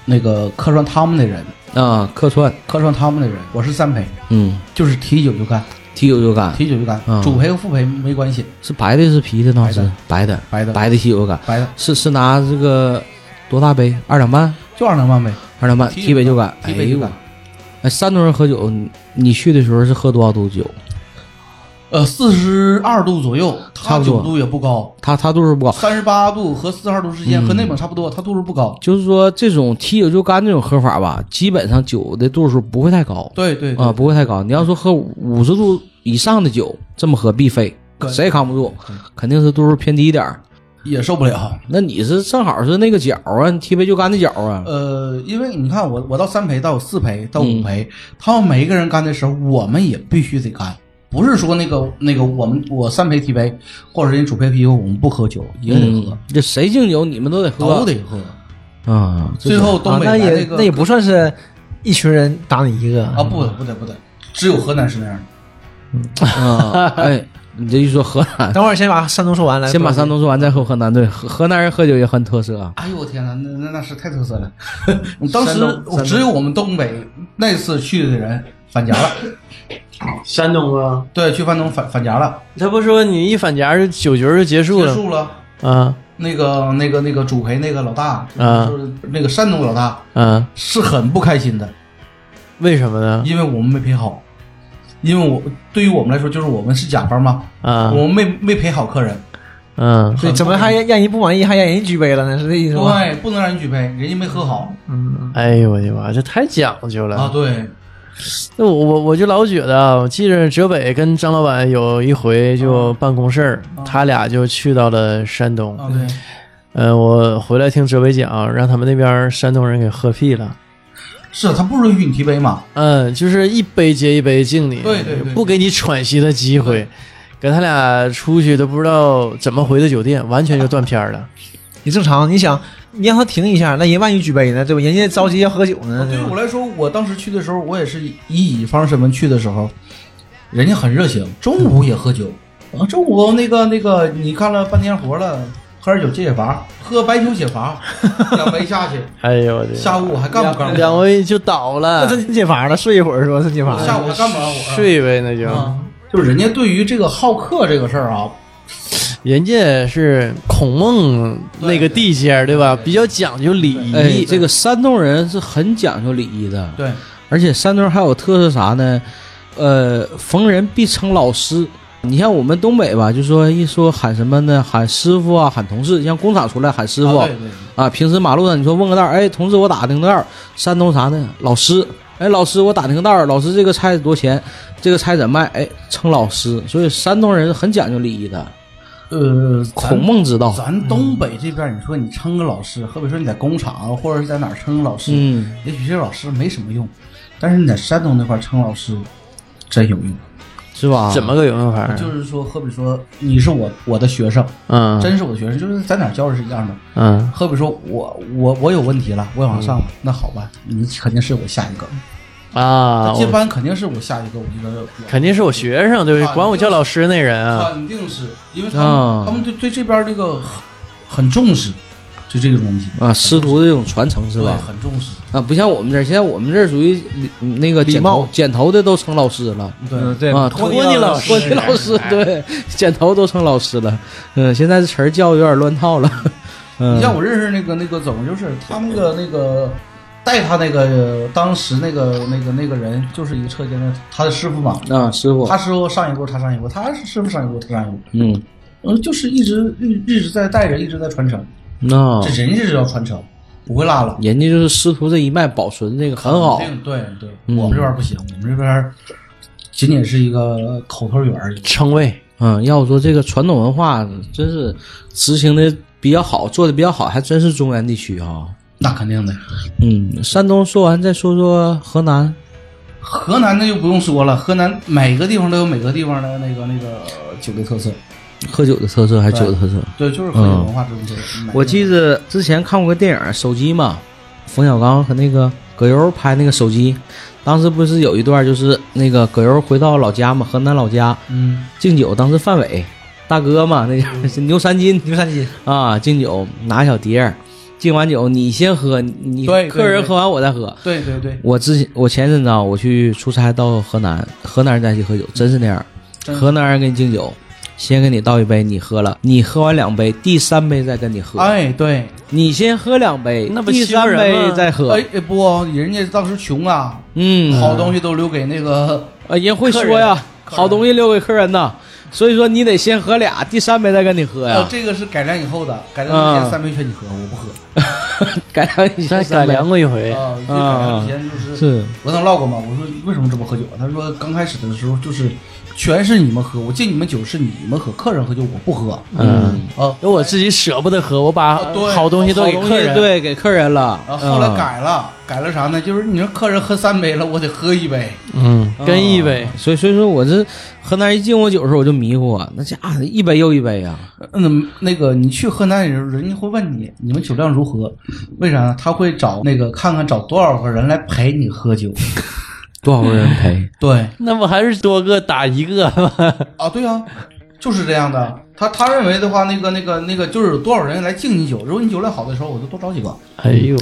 Speaker 2: 那个客串他们的人，
Speaker 1: 啊！客串，
Speaker 2: 客串他们的人，我是三陪，
Speaker 1: 嗯，
Speaker 2: 就是提酒就干，
Speaker 1: 提酒就干，
Speaker 2: 提酒就干，
Speaker 1: 嗯
Speaker 2: 主陪和副陪没关系，
Speaker 1: 是白的，是啤的呢？是白的，
Speaker 2: 白的
Speaker 1: 白的提酒就干，
Speaker 2: 白的
Speaker 1: 是是拿这个多大杯？二两半，
Speaker 2: 就二两半呗，
Speaker 1: 二两半
Speaker 2: 提酒
Speaker 1: 提杯就干，
Speaker 2: 提杯就干。
Speaker 1: 哎呦哎，山东人喝酒，你你去的时候是喝多少度酒？
Speaker 2: 呃，四十二度左右，
Speaker 1: 差
Speaker 2: 他
Speaker 1: 不多
Speaker 2: 酒度也不哦高，
Speaker 1: 他他度数不高，
Speaker 2: 三十八度和四十二度之间，和内蒙差不多，他度数不高。
Speaker 1: 就是说这种提酒就干这种喝法吧，基本上酒的度数不会太高
Speaker 2: 对对对
Speaker 1: 啊，不会太高。你要说喝五十度以上的酒，这么喝必飞，
Speaker 2: 对
Speaker 1: 谁也扛不住
Speaker 2: 对，
Speaker 1: 肯定是度数偏低一点儿。
Speaker 2: 也受不了。
Speaker 1: 那你是正好是那个角啊，你提杯就干的角啊，
Speaker 2: 呃，因为你看我，我到三陪，到四陪，到五
Speaker 1: 嗯
Speaker 2: 陪，他们每一个人干的时候，我们也必须得干。不是说那个那个，我们我三陪提杯，或者人主陪啤酒，我们不喝酒，也得喝
Speaker 1: 嗯，，这谁敬酒你嗯们都得喝
Speaker 2: 都得喝。
Speaker 1: 啊。
Speaker 2: 最后东北
Speaker 4: 啊、
Speaker 2: 来
Speaker 4: 那也
Speaker 2: 个
Speaker 4: 那也不算是一群人打你一个
Speaker 2: 啊，不得不得不得，只有河南是那样的。
Speaker 1: 啊，哎，你这一说河南，
Speaker 4: 等会儿先把山东说完来，
Speaker 1: 先把山东说完，再说河南。对，河河南人喝酒也很特色啊。
Speaker 2: 哎呦我天哪，那那那是太特色了！ 当
Speaker 1: 山
Speaker 2: 时
Speaker 1: 东
Speaker 2: 我只有我们东北那次去的人返家了，
Speaker 3: 山东啊，
Speaker 2: 对，去山东返返家了，
Speaker 3: 他不说你一反夹就酒局就结束
Speaker 2: 结
Speaker 3: 了
Speaker 2: 束了。
Speaker 3: 啊
Speaker 2: 那个那个那个主陪那个老大，
Speaker 3: 啊
Speaker 2: 就是那个山东老大，
Speaker 3: 啊？
Speaker 2: 是很不开心的，
Speaker 3: 为什么呢？
Speaker 2: 因为我们没陪好，因为我对于我们来说就是我们是甲方嘛，
Speaker 3: 啊
Speaker 2: 我们没没陪好客人，
Speaker 3: 嗯
Speaker 4: 对，怎么还让人不满意，还让人举杯了呢？是这意思吗？
Speaker 2: 对，不能让人举杯，人家没喝好
Speaker 4: 嗯，
Speaker 3: 哎呦我的妈，这太讲究了
Speaker 2: 啊，对，
Speaker 3: 那我我我就老觉得啊，我记着浙北跟张老板有一回就办公事儿，他俩就去到了山东。
Speaker 2: 啊对，
Speaker 3: 呃，我回来听浙北讲，让他们那边山东人给喝屁了。
Speaker 2: 是啊他不允许你提杯嘛，
Speaker 3: 嗯，就是一杯接一杯敬你，
Speaker 2: 对对对
Speaker 3: 不给你喘息的机会。给他俩出去都不知道怎么回的酒店，完全就断片儿了。
Speaker 4: 也正常。你想，你让他停一下，那人万一举杯呢，对吧？人家着急要喝酒呢，
Speaker 2: 对
Speaker 4: 对
Speaker 2: 于我
Speaker 4: 吧？
Speaker 2: 来说，我当时去的时候，我也是以乙方身份去的时候，人家很热情，中午也喝酒。啊，中午那个那个，你干了半天活了，喝点酒解解乏，喝白酒解 乏，两杯下去。
Speaker 3: 哎呦我的
Speaker 2: 下午我还干不干活？
Speaker 3: 两位就倒
Speaker 4: 那
Speaker 3: 了，
Speaker 4: 真解乏了，睡一会儿是吧？真解乏
Speaker 2: 下
Speaker 4: 了。
Speaker 2: 午还干不干活？
Speaker 3: 睡呗那就。
Speaker 2: 啊，就是人家对于这个好客这个事儿啊，
Speaker 3: 人家是孔孟那个地界儿，对吧？比较讲究礼
Speaker 1: 哎，
Speaker 3: 仪。
Speaker 1: 这个山东人是很讲究礼仪的。
Speaker 2: 对，
Speaker 1: 而且山东人还有特色啥呢？呃，逢人必称老师。你像我们东北吧，就说一说喊什么呢？喊师傅啊，喊同事。像工厂出来喊师傅啊
Speaker 2: 啊对对
Speaker 1: 平时马路上你说问个道儿，哎，同志我打听个道儿。山东啥呢？老师，哎，老师我打听个道儿，老师这个菜多少钱？这个菜怎么卖？哎，称老师。所以山东人很讲究礼仪的，
Speaker 2: 对，呃，咱
Speaker 1: 孔孟之道。
Speaker 2: 咱东北这边，你说你称个老师，好比说你在工厂或者是在哪儿称个老师，
Speaker 1: 嗯，
Speaker 2: 也许这老师没什么用，但是你在山东那块儿称老师真有用。
Speaker 1: 是吧？
Speaker 3: 怎么个有用法？
Speaker 2: 就是说，好比说你是我我的学生，
Speaker 3: 嗯
Speaker 2: 真是我的学生，就是在哪儿教的是一样的。
Speaker 3: 嗯
Speaker 2: 好比说我我我有问题了，我往上了，那好吧，你肯定是我下一个，
Speaker 3: 啊，
Speaker 2: 这
Speaker 3: 我
Speaker 2: 班肯定是我下一个，我觉得我
Speaker 3: 肯定是我学生，对不对？管我叫老师那人啊，
Speaker 2: 肯定是因为他们、
Speaker 1: 啊
Speaker 2: 他们对对这边这个很很重视，就这个东西
Speaker 1: 啊，师徒的这种传承是
Speaker 2: 对
Speaker 1: 吧？
Speaker 2: 很重视，
Speaker 1: 啊，不像我们这儿，现在我们这儿属于嗯那个
Speaker 4: 礼
Speaker 1: 剪
Speaker 4: 貌
Speaker 1: 头剪头的都成老师了。
Speaker 2: 对。哎
Speaker 4: 嗯对
Speaker 1: 啊，
Speaker 4: 托
Speaker 3: 托尼老师
Speaker 1: 托尼老师，对，剪头都成老师了。嗯，现在这词儿叫有点乱套了。嗯，
Speaker 2: 你像我认识那个那个总，就是他们的那个带他那个呃当时那个那个那个人，就是一个车间的他的师傅嘛。
Speaker 1: 啊，师傅，
Speaker 2: 他师傅上一步，他上一步，他师傅上一步，他上一步，
Speaker 1: 嗯，
Speaker 2: 嗯，就是一直一一直在带着，一直在传承，
Speaker 1: 那
Speaker 2: 这人家就叫传承，不会落了。
Speaker 1: 人家就是师徒这一脉保存这个很好
Speaker 2: 肯。定对对，
Speaker 1: 嗯
Speaker 2: 我们这边不行，我们这边仅仅是一个口头语而已。
Speaker 3: 称谓
Speaker 1: 嗯，要说这个传统文化真是执行的比较好，做的比较好，还真是中原地区啊。
Speaker 2: 那肯定的，
Speaker 1: 嗯，山东说完再说说河南。
Speaker 2: 河南那就不用说了，河南每个地方都有每个地方的那个那个酒的特色，嗯
Speaker 1: 喝酒的特色还是酒的特色？
Speaker 2: 对，就是喝酒文化这种特色。
Speaker 1: 我记得之前看过个电影，手机嘛，冯小刚和那个葛优拍那个手机，当时不是有一段就是那个葛优回到老家嘛，河南老家
Speaker 2: 嗯，
Speaker 1: 敬酒，当时范伟大哥嘛，那
Speaker 3: 嗯
Speaker 1: 家伙是牛三金
Speaker 4: 牛三金，
Speaker 1: 啊，敬酒拿小碟儿，敬完酒你先喝，你你
Speaker 2: 对对
Speaker 1: 客人
Speaker 2: 对
Speaker 1: 喝完我再喝。
Speaker 2: 对对对，
Speaker 1: 我之前我前阵子啊，我去出差到河南，河南人在一起喝酒，真是那样。
Speaker 2: 真
Speaker 1: 河南人给你敬酒，先给你倒一杯，你喝了，你喝完两杯，第三杯再跟你喝。
Speaker 2: 哎对，
Speaker 1: 你先喝两杯，
Speaker 3: 那不
Speaker 1: 第
Speaker 3: 欺负
Speaker 1: 三
Speaker 3: 人吗
Speaker 1: 杯再喝。
Speaker 2: 哎哎不，人家当时穷啊，
Speaker 1: 嗯，
Speaker 2: 好东西都留给那个
Speaker 1: 呃，人会说
Speaker 3: 客人
Speaker 1: 呀，好东西留给客人呐，所以说你得先喝俩，第三杯再跟你喝
Speaker 2: 哦
Speaker 1: 呀，。
Speaker 2: 这个是改良以后的，改良之前三杯劝你喝，我不喝。
Speaker 1: 改良一下
Speaker 3: 咱，改良过一回，
Speaker 2: 啊，就改良之前就是
Speaker 1: 是
Speaker 2: 我跟他唠过嘛，我说为什么这么喝酒啊？他说刚开始的时候就是全是你们喝，我敬你们酒是你们喝，客人喝酒我不喝。
Speaker 3: 嗯，
Speaker 2: 啊，
Speaker 3: 因为我自己舍不得喝，我把
Speaker 2: 啊对
Speaker 3: 好东西都
Speaker 1: 好
Speaker 3: 给
Speaker 1: 东
Speaker 3: 客
Speaker 1: 西
Speaker 3: 人，
Speaker 1: 对给客人了。
Speaker 2: 然后后来
Speaker 1: 嗯
Speaker 2: 改了，改了啥呢？就是你说客人喝三杯了，我得喝一杯。
Speaker 3: 嗯，跟一杯
Speaker 1: 啊，所以所以说我这河南一敬我酒的时候我就迷糊啊，那家伙一杯又一杯啊呀、
Speaker 2: 嗯，那个你去河南人，人家会问你你们酒量如何？为啥呢？他会找那个看看找多少个人来陪你喝酒。
Speaker 1: 多少个人陪？
Speaker 2: 对
Speaker 3: 那不还是多个打一个吗？
Speaker 2: 啊，对啊，就是这样的。他他认为的话，那个那个那个就是有多少人来敬你酒，如果你酒量好的时候，我就多找几个。
Speaker 3: 哎呦，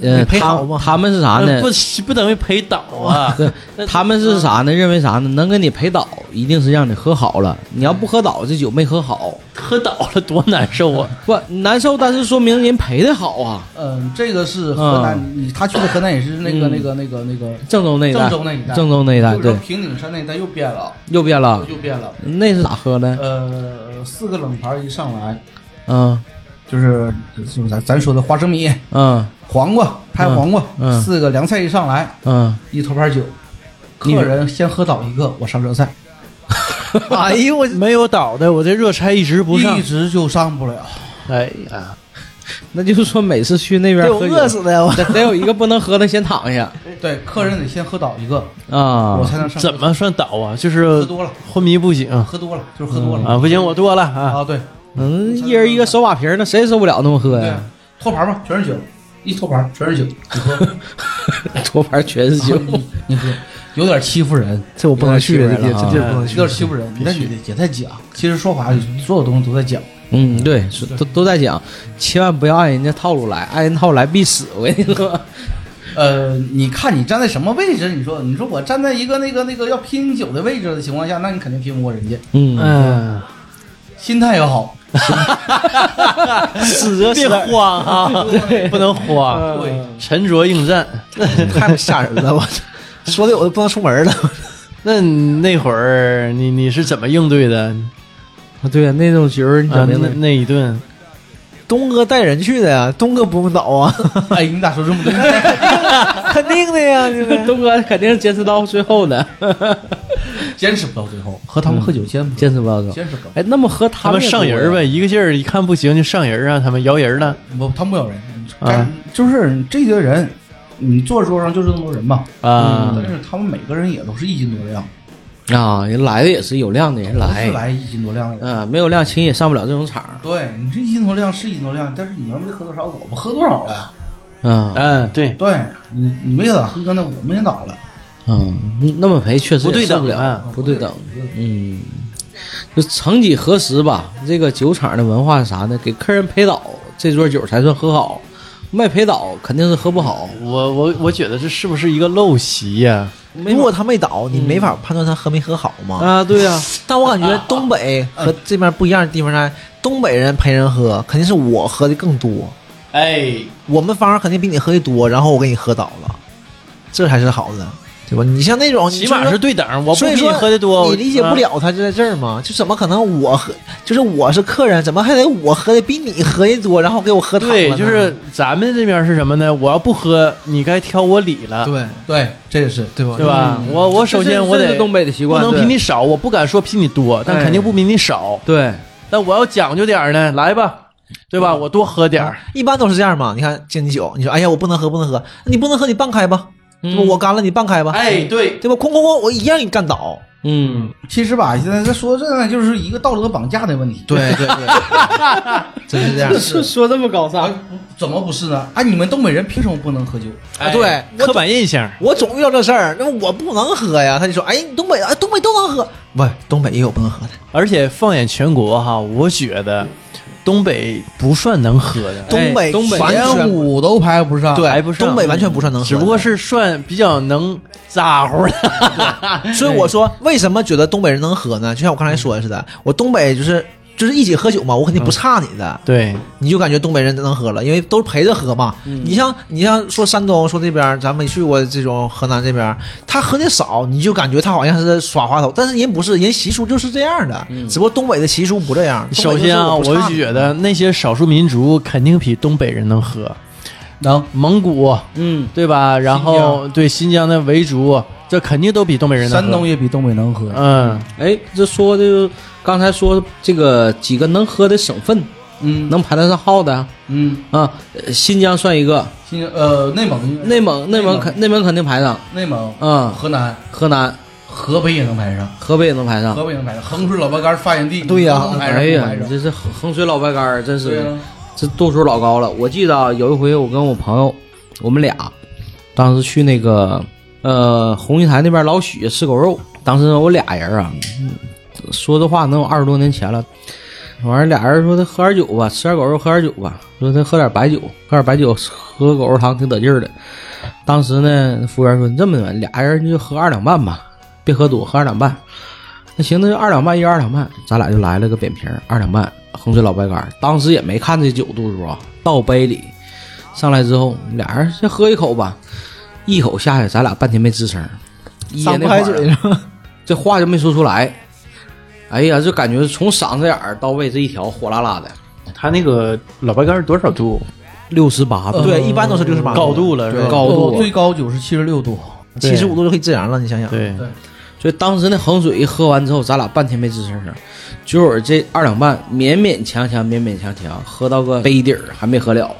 Speaker 1: 呃，
Speaker 4: 你陪
Speaker 1: 他
Speaker 4: 好吗
Speaker 1: 他们是啥呢
Speaker 3: 那？不不等于陪倒 啊？
Speaker 1: 他们是啥呢？认为啥呢？能给你陪倒，一定是让你喝好了。你要不喝倒，这酒没喝好，
Speaker 3: 喝倒了多难受啊！
Speaker 1: 不难受，但是说明人陪的好啊。
Speaker 2: 嗯，这个是河南，你他去的河南也是那个、
Speaker 1: 嗯
Speaker 2: 那个那个那个
Speaker 1: 郑州那一带，
Speaker 2: 郑州那一带，
Speaker 1: 郑州那一带，
Speaker 2: 或者说
Speaker 1: 对，
Speaker 2: 平顶山那一带又变了，
Speaker 1: 右边了，
Speaker 2: 又变了。
Speaker 1: 那是咋喝的？
Speaker 2: 呃，四个冷盘一上来
Speaker 1: 嗯
Speaker 2: 就是就是咱咱说的花生米、
Speaker 1: 嗯
Speaker 2: 黄瓜、拍黄瓜，
Speaker 1: 嗯嗯
Speaker 2: 四个凉菜一上来，
Speaker 1: 嗯，
Speaker 2: 一头盘酒，
Speaker 1: 你
Speaker 2: 客人先喝倒一个，我上热菜，
Speaker 3: 哎呦，我没有倒的，我这热菜一直不上
Speaker 2: 一。直就上不了。
Speaker 3: 哎呀，
Speaker 1: 那就是说每次去那边
Speaker 4: 对我
Speaker 1: 喝酒，
Speaker 4: 饿死的我。
Speaker 1: 得得有一个不能喝的先躺下
Speaker 2: 对，客人得先喝倒一个，
Speaker 1: 啊
Speaker 2: 我。才能上。
Speaker 3: 怎么算倒啊？就是
Speaker 2: 喝多了，
Speaker 3: 昏迷不醒啊！
Speaker 2: 喝多了就是喝多了、
Speaker 3: 不行，我多了啊！
Speaker 2: 啊！对
Speaker 1: 嗯，一人一个手把瓶儿，那谁受不了那么喝
Speaker 2: 对
Speaker 1: 呀？
Speaker 2: 啊，托盘吧，全是酒，一托盘全 是酒，你喝。
Speaker 1: 托盘全是酒，
Speaker 2: 你你喝，有点欺负人，
Speaker 4: 这我不能去，
Speaker 1: 有
Speaker 4: 这
Speaker 1: 点
Speaker 4: 地
Speaker 1: 气人
Speaker 3: 啊
Speaker 4: 儿
Speaker 1: 了
Speaker 4: 这地儿不能
Speaker 2: 有
Speaker 4: 去。
Speaker 2: 点欺负人。那你也在讲，其实说法所有东西都在讲。
Speaker 1: 嗯，对，是都都在讲，千万不要按人家套路来，按人套路来必死。我跟你说，
Speaker 2: 呃，你看你站在什么位置？你说，你说我站在一个那个那个要拼酒的位置的情况下，那你肯定拼不过人家。
Speaker 1: 嗯，
Speaker 3: 嗯，
Speaker 2: 心态要好，
Speaker 3: 死着别慌 啊！不能 慌，
Speaker 2: 对，
Speaker 3: 沉着应战。
Speaker 4: 太吓人了，我操 说的我都不能出门了。
Speaker 3: 那你那会儿你你是怎么应对的？
Speaker 1: 对啊，那种局儿你
Speaker 3: 啊，
Speaker 1: 怎么
Speaker 3: 那
Speaker 1: 能？
Speaker 3: 那一顿
Speaker 4: 嗯东哥带人去的呀，东哥不用倒啊，
Speaker 2: 哎，你咋说 这么多？
Speaker 4: 肯定的 呀，对不对？
Speaker 1: 东哥肯定是坚持到最后 的，
Speaker 2: 坚持不到最后，和他们喝酒坚持
Speaker 1: 坚持不到最后。
Speaker 2: 坚持不到。
Speaker 1: 哎，那么和他
Speaker 3: 他们上人儿
Speaker 4: 啊
Speaker 3: 呗，一个劲儿一看不行就上人儿啊，他们摇人儿了
Speaker 2: 不，他们不咬人，
Speaker 3: 啊
Speaker 2: 就是这些人，你坐桌上就是那么多人嘛。
Speaker 3: 啊
Speaker 4: 嗯
Speaker 2: 但是他们每个人也都是一斤多两，
Speaker 1: 啊，人来的也是有量的人来，
Speaker 2: 是来一斤多量的。
Speaker 1: 嗯、没有量情也上不了这种场，
Speaker 2: 对你这一斤多量是一斤多量，但是你们没喝多少，我们喝多少了？
Speaker 1: 嗯
Speaker 3: 嗯，对，
Speaker 2: 对你你没咋喝呢，我们也倒了。
Speaker 1: 嗯，那么赔确实
Speaker 3: 不对
Speaker 1: 也受
Speaker 3: 等
Speaker 1: 不了，
Speaker 3: 啊，
Speaker 1: 不对等，嗯，就曾几何时吧，这个酒厂的文化是啥呢？给客人陪倒，这桌酒才算喝好，没陪倒肯定是喝不好。
Speaker 3: 我我我觉得这是不是一个陋习呀、
Speaker 1: 没
Speaker 4: 如果他没嗯倒，你没法判断他喝没喝好嘛。
Speaker 1: 啊，对呀、
Speaker 4: 但我感觉东北和这边不一样的地方呢，东北人陪人喝，肯定是我喝的更多，
Speaker 3: 哎，
Speaker 4: 我们方肯定比你喝的多，然后我给你喝倒了，这才是好的，对吧？你像那种，
Speaker 3: 起码
Speaker 4: 你
Speaker 3: 是对等，我不
Speaker 4: 所
Speaker 3: 比
Speaker 4: 以
Speaker 3: 你
Speaker 4: 说
Speaker 3: 喝的多，
Speaker 4: 你理解不
Speaker 3: 啊。
Speaker 4: 了他就在这儿嘛？就怎么可能我喝，就是我是客人，怎么还得我喝的比你喝的多，然后给我喝倒了呢？
Speaker 3: 对，就是咱们这边是什么呢？我要不喝，你该挑我理了，
Speaker 4: 对
Speaker 2: 对，这也是对吧
Speaker 3: 对吧？
Speaker 4: 嗯
Speaker 3: 我我首先我
Speaker 1: 这
Speaker 3: 得
Speaker 1: 是东北的习
Speaker 3: 不
Speaker 1: 惯，
Speaker 3: 能
Speaker 1: 对
Speaker 3: 比你少，我不敢说比你多，但
Speaker 1: 哎
Speaker 3: 肯定不比你少。
Speaker 1: 对，
Speaker 3: 但我要讲究点儿呢，来吧，对吧？我多喝点儿，
Speaker 4: 啊一般都是这样嘛。你看敬你酒，你说哎呀我不能喝不能喝，你不能喝你半开吧，对吧我干了你半开吧，
Speaker 3: 嗯哎，对，
Speaker 4: 对吧？哐哐哐我一样给你干倒。
Speaker 1: 嗯，
Speaker 2: 其实吧，现在在说这呢，就是一个道德绑架的问题。
Speaker 4: 对对对， 真是这样。
Speaker 1: 说说这么高
Speaker 2: 啊，不怎么不是呢？哎，你们东北人凭什么不能喝酒？
Speaker 4: 啊
Speaker 3: 哎
Speaker 4: 对我
Speaker 3: 刻板印象，
Speaker 4: 我总遇到这事儿，那我不能喝呀。他就说，哎，你东北啊，东北都能喝，不，东北也有不能喝的。
Speaker 3: 而且放眼全国哈，我觉得东北不算能喝的，
Speaker 4: 东北
Speaker 1: 东北
Speaker 4: 完全
Speaker 2: 五都排不上
Speaker 4: 对，
Speaker 3: 还不上
Speaker 4: 东北完全不算能喝的，
Speaker 3: 只不过是算比较能咋呼的。
Speaker 4: 所以我说，为什么觉得东北人能喝呢？就像我刚才说的似的，我东北就是就是一起喝酒嘛，我肯定不差你的，
Speaker 3: 对，
Speaker 4: 你就感觉东北人能喝了，因为都是陪着喝嘛。你像你像说山东说这边，咱没去过这种河南这边，他喝的少，你就感觉他好像是耍滑头，但是人不是，人习俗就是这样的，只不过东北的习俗不这样。
Speaker 3: 首先啊，我嗯就觉得那些少数民族肯定比东北人能喝，
Speaker 2: 能
Speaker 3: 蒙古
Speaker 1: 嗯，
Speaker 3: 对吧？然后对新疆的维族，这肯定都比东北人能喝。
Speaker 2: 山东也比东北能喝。
Speaker 3: 嗯，
Speaker 1: 哎，这说的就刚才说这个几个能喝的省份，
Speaker 2: 嗯
Speaker 1: 能排得上号的
Speaker 2: 嗯，
Speaker 1: 啊，呃新疆算一个，
Speaker 2: 新呃内蒙
Speaker 1: 内蒙内蒙肯内蒙肯定排上，
Speaker 2: 内蒙、
Speaker 1: 嗯，
Speaker 2: 河南、
Speaker 1: 河南、
Speaker 2: 河北也能排上，
Speaker 1: 河北也能排上。
Speaker 2: 河北也能排上，衡水老白干发源地。
Speaker 4: 对呀
Speaker 2: 能排上
Speaker 1: 哎
Speaker 2: 不
Speaker 1: 呀，
Speaker 2: 排
Speaker 1: 你
Speaker 2: 上
Speaker 1: 这是衡衡水老白干儿，真
Speaker 2: 对
Speaker 1: 是
Speaker 2: 呀
Speaker 1: 这度数老高了。我记得啊有一回，我跟我朋友，我们俩当时去那个呃红星台那边老许吃狗肉，当时我俩人啊，嗯说这话能有二十多年前了。完事儿俩人说他喝点酒吧，吃点狗肉，喝点酒吧。说他喝点白酒，喝点白酒，喝狗肉汤挺得劲儿的。当时呢，服务员说你这么的，俩人就喝二两半吧，别喝多，喝二两半。那行，那就二两半，一人二两半，咱俩就来了个扁平，二两半，衡水老白干儿。当时也没看这酒度数啊，倒杯里，上来之后，俩人先喝一口吧，一口下去，咱俩半天没吱声，噎
Speaker 4: 张不
Speaker 1: 那
Speaker 4: 开
Speaker 1: 会儿啊
Speaker 4: 嘴是吧？
Speaker 1: 这话就没说出来。哎呀，就感觉从嗓子眼儿到胃这一条火辣辣的，
Speaker 3: 他那个老白干是多少度？
Speaker 1: 六十八吧，
Speaker 4: 对，一般都是六十八
Speaker 3: 高度了是吧？
Speaker 1: 高度
Speaker 2: 哦最高九十七十六度。
Speaker 4: 七十五度就可以自然了，你想想。
Speaker 3: 对，
Speaker 1: 所以当时那衡水一喝完之后，咱俩半天没吱声声。酒友这二两半勉勉强强，勉勉强强喝到个杯底儿，还没喝了，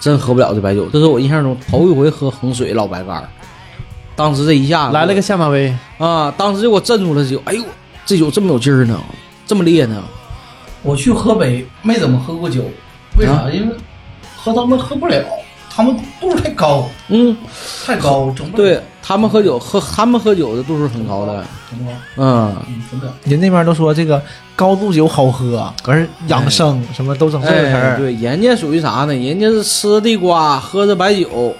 Speaker 1: 真喝不了这白酒。这是我印象中头一回喝衡水老白干儿。当时这一下
Speaker 3: 来了个下马威，
Speaker 1: 啊，当时就给我镇住了这酒。哎呦，这酒这么有劲儿呢，这么烈呢。
Speaker 2: 我去河北没怎么喝过酒，为啥？因为喝他们喝不了，他们度数太高，
Speaker 1: 嗯，
Speaker 2: 太高，整不了
Speaker 1: 对他们喝酒喝他们喝酒的度数很高的，
Speaker 2: 整不了，
Speaker 1: 嗯，
Speaker 2: 嗯，整不了。
Speaker 4: 人那边都说这个高度酒好喝，可是养生什么都整这个事
Speaker 1: 哎，
Speaker 4: 儿。
Speaker 1: 对，人家属于啥呢？人家是吃地瓜，喝着白酒，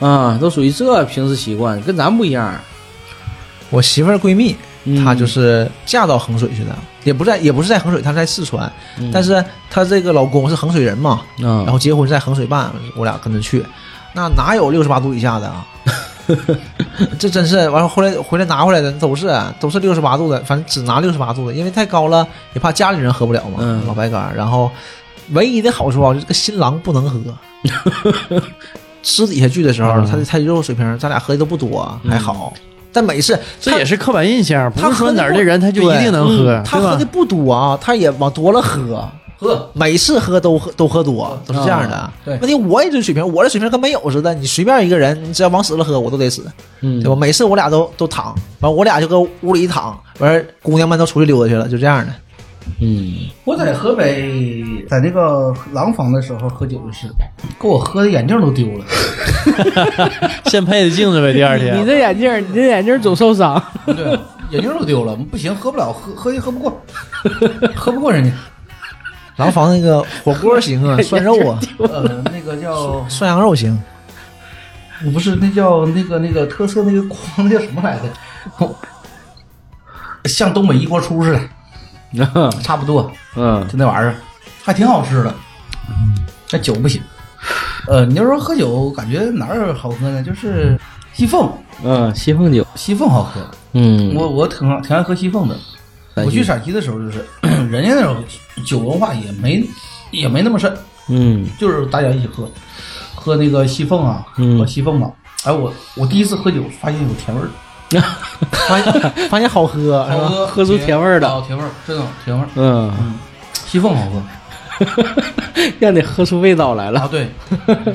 Speaker 1: 啊、都属于这平时习惯，跟咱不一样。
Speaker 4: 我媳妇儿闺蜜，
Speaker 1: 嗯
Speaker 4: 她就是嫁到衡水去的，也不在也不是在衡水，她是在四川，
Speaker 1: 嗯
Speaker 4: 但是她这个老公是衡水人嘛，
Speaker 1: 啊
Speaker 4: 然后结婚是在衡水办，我俩跟着去，那哪有六十八度以下的啊？这真是完了，后来回来拿回来的都是啊都是六十八度的，反正只拿六十八度的，因为太高了，也怕家里人喝不了嘛，
Speaker 1: 嗯
Speaker 4: 老白干儿。然后唯一的好处啊，就是这个新郎不能喝。私底下聚的时候，他的菜肉水平，咱俩喝的都不多，还好。但每次
Speaker 3: 这
Speaker 4: 他
Speaker 3: 也是刻板印象，不
Speaker 4: 他
Speaker 3: 是
Speaker 4: 喝
Speaker 3: 说
Speaker 4: 的
Speaker 3: 哪儿嗯
Speaker 4: 不嗯
Speaker 3: 的人他就一定能喝，
Speaker 4: 他
Speaker 3: 对吧
Speaker 4: 喝的不多啊，他也往多了喝，
Speaker 2: 喝，
Speaker 4: 每次喝都喝都喝
Speaker 3: 嗯
Speaker 4: 多，都是这样的。
Speaker 1: 啊
Speaker 2: 对
Speaker 4: 问题我也这水平，我这水平跟没有似的。你随便一个人，你只要往死了喝，我都得死，
Speaker 1: 嗯
Speaker 4: 对吧？每次我俩都都躺，完我俩就搁屋里一躺，完姑娘们都出去溜达去了，就这样的。
Speaker 1: 嗯，
Speaker 2: 我在河北，在那个廊坊的时候喝酒就是，给我喝的眼镜都丢了。
Speaker 3: 现配的镜子呗，第二
Speaker 5: 你
Speaker 3: 天。
Speaker 5: 这眼镜儿，你这眼镜儿总受伤。
Speaker 2: 对，眼镜都丢了，不行，喝不了，喝喝喝不过， 喝不过人家。
Speaker 4: 廊坊那个火锅 行啊，涮肉啊，
Speaker 2: 呃，那个叫
Speaker 4: 涮羊肉行，
Speaker 2: 不是那叫那个那个特色那个筐那叫什么来着？ 像东北一锅出似的，差不多
Speaker 1: 嗯，
Speaker 2: 就那玩意儿，还挺好吃的。那酒不行，呃，你要说喝酒，感觉哪儿好喝呢？就是西凤，
Speaker 1: 嗯，西凤酒，
Speaker 2: 西凤好喝。
Speaker 1: 嗯，
Speaker 2: 我我挺挺爱喝西凤的。我去，陕西的时候，就是 人家那种酒文化也没也没那么深，
Speaker 1: 嗯
Speaker 2: 就是大家一起喝，喝那个西凤啊，
Speaker 1: 嗯
Speaker 2: 喝西凤啊。哎，我我第一次喝酒发现有甜味儿，
Speaker 4: 发现发现好喝是吧？
Speaker 2: 喝
Speaker 1: 喝出甜味儿了
Speaker 2: 啊甜味儿真的甜味儿。
Speaker 1: 嗯，
Speaker 2: 西凤好喝
Speaker 1: 让你喝出味道来了，
Speaker 2: 啊，对，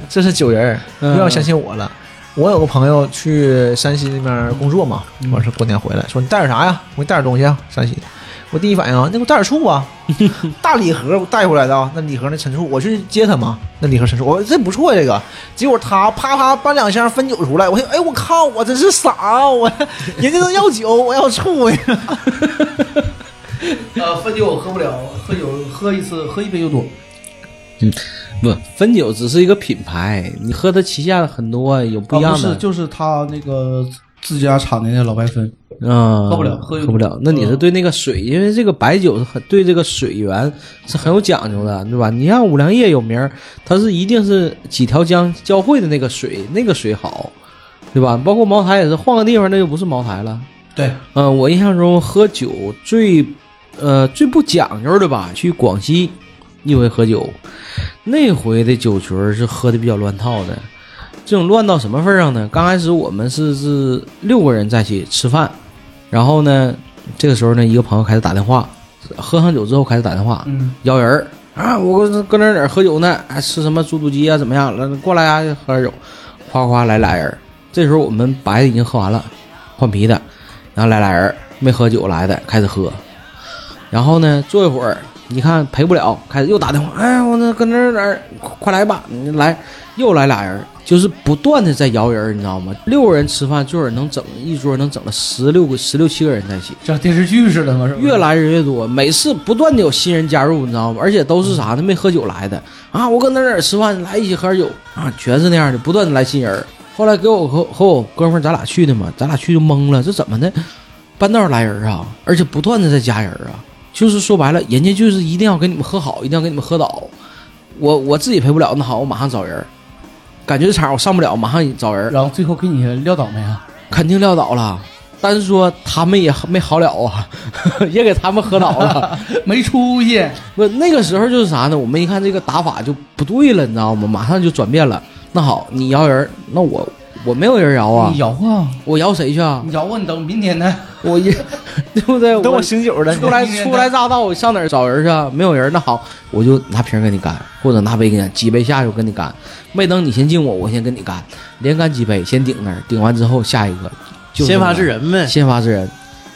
Speaker 4: 这是酒人儿，
Speaker 1: 嗯
Speaker 4: 又要相信我了。我有个朋友去山西那边工作嘛，完事儿过年回来，说你带点啥呀？我给你带点东西啊，山西的。我第一反应啊，那给我带点醋 啊，大礼盒我带回来的啊，那礼盒那陈醋，我去接他嘛，那礼盒陈醋，我说这不错呀这个。结果他啪啪搬两箱汾酒出来，我说哎我靠，我真是傻啊，我 人家都要酒，我要醋呀。
Speaker 2: 呃，汾酒我喝不了，喝酒喝一次喝一杯就多。
Speaker 1: 不，汾酒只是一个品牌，你喝它旗下的很多有哦不一
Speaker 2: 啊
Speaker 1: 样
Speaker 2: 是
Speaker 1: 的，
Speaker 2: 就是他那个自家产的那老白分，
Speaker 1: 嗯，
Speaker 2: 喝不了喝啊
Speaker 1: 喝不了。那你是对那个水，因为这个白酒是很对这个水源是很有讲究的，对吧？你像五粮液有名儿，它是一定是几条江交汇的那个水，那个水好，对吧？包括茅台也是，换个地方那就不是茅台了。
Speaker 2: 对，
Speaker 1: 嗯、我印象中喝酒最，呃，最不讲究的吧，去广西一回喝酒，那回的酒局儿是喝的比较乱套的，这种乱到什么份儿上呢？刚开始我们是是六个人在一起吃饭，然后呢，这个时候呢，一个朋友开始打电话，喝上酒之后开始打电话，
Speaker 2: 嗯，
Speaker 1: 摇人儿啊，我搁搁那儿哪儿喝酒呢？哎，吃什么猪肚鸡啊？怎么样？来过来啊，喝点酒，哗哗来俩人儿。这时候我们白的已经喝完了，换啤的，然后来俩人儿没喝酒来的开始喝，然后呢坐一会儿，你看陪不了，开始又打电话，哎，我那搁那儿哪儿，快快来吧，你来，又来俩人儿。就是不断的在摇人儿，你知道吗？六个人吃饭，最后能整一桌能整了十六个、十六七个人在一起。
Speaker 2: 像电视剧似的嘛，是吧？
Speaker 1: 越来人越多，每次不断的有新人加入，你知道吗？而且都是啥呢？没喝酒来的啊，我搁那儿哪儿吃饭，来一起喝点酒啊，全是那样的，不断的来新人儿。后来给我和和我哥们儿，咱俩去的嘛，咱俩去就懵了，这怎么的？半道儿来人啊，而且不断的在加人啊，就是说白了，人家就是一定要给你们喝好，一定要给你们喝倒。我我自己陪不了，那好，我马上找人儿。感觉这场我上不了，马上找人儿，
Speaker 2: 然后最后给你撂倒霉啊？
Speaker 1: 肯定撂倒了。单说他们也没好了啊， 也给他们喝倒了。
Speaker 2: 没出息。
Speaker 1: 不，那个时候就是啥呢？我们一看这个打法就不对了，你知道吗？马上就转变了。那好，你摇人儿，那我我没有人摇啊
Speaker 2: 你，摇啊，
Speaker 1: 我摇谁去啊？
Speaker 2: 你摇啊，你等明天 呢？
Speaker 1: 我一 对不对？
Speaker 4: 等
Speaker 1: 我
Speaker 4: 我醒酒了，
Speaker 1: 初来
Speaker 2: 明天
Speaker 1: 初来乍到，我上哪儿找人去啊？没有人，那好，我就拿瓶儿跟你干，或者拿杯跟你干，几杯下去我跟你干。没等你先敬我，我先跟你干，连干几杯，先顶那儿，顶完之后下一个，就
Speaker 3: 先发
Speaker 1: 制
Speaker 3: 制人呗，
Speaker 1: 先发制人，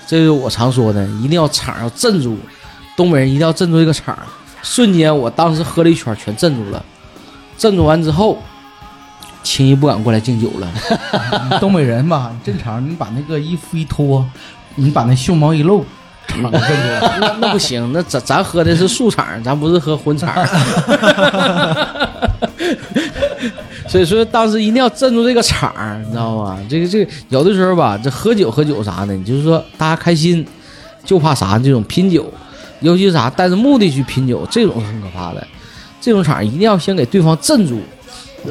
Speaker 1: 这就是我常说的，一定要场儿要镇住，东北人一定要镇住这个场儿。瞬间，我当时喝了一圈儿，全镇住了。镇住完之后，轻易不敢过来敬酒了。
Speaker 2: 东北人吧，正常，你把那个衣服一脱，你把那袖毛一露，敞着了。
Speaker 1: 那那不行，那咱咱喝的是素场儿，咱不是喝荤场儿。 所以说，当时一定要镇住这个场儿，你知道吗？这个这个，有的时候吧，这喝酒喝酒啥的，你就是说大家开心，就怕啥这种拼酒，尤其是啥带着目的去拼酒，这种是很可怕的。这种场儿一定要先给对方镇住。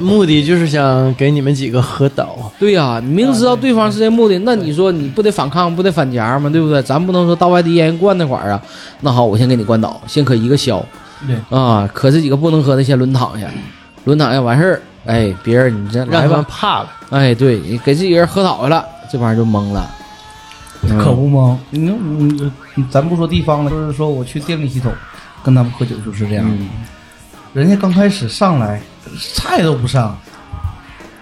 Speaker 3: 目的就是想给你们几个喝倒。
Speaker 1: 对呀、你明知道对方是这目的，那你说你不得反抗，不得反夹吗？对不对？咱不能说到外地烟灌那块儿啊。那好，我先给你灌倒，先可一个消。
Speaker 2: 对
Speaker 1: 啊，可这几个不能喝的先轮躺下，轮躺下完事儿，哎，别人你这
Speaker 3: 让
Speaker 1: 来
Speaker 3: 他们
Speaker 1: 吧，
Speaker 3: 怕了。
Speaker 1: 哎，对你给自己人喝倒下了，这帮人就懵了。嗯
Speaker 2: 可不吗？你你咱不说地方了，就是说我去电力系统，跟他们喝酒就是这样。
Speaker 1: 嗯
Speaker 2: 人家刚开始上来，菜都不上。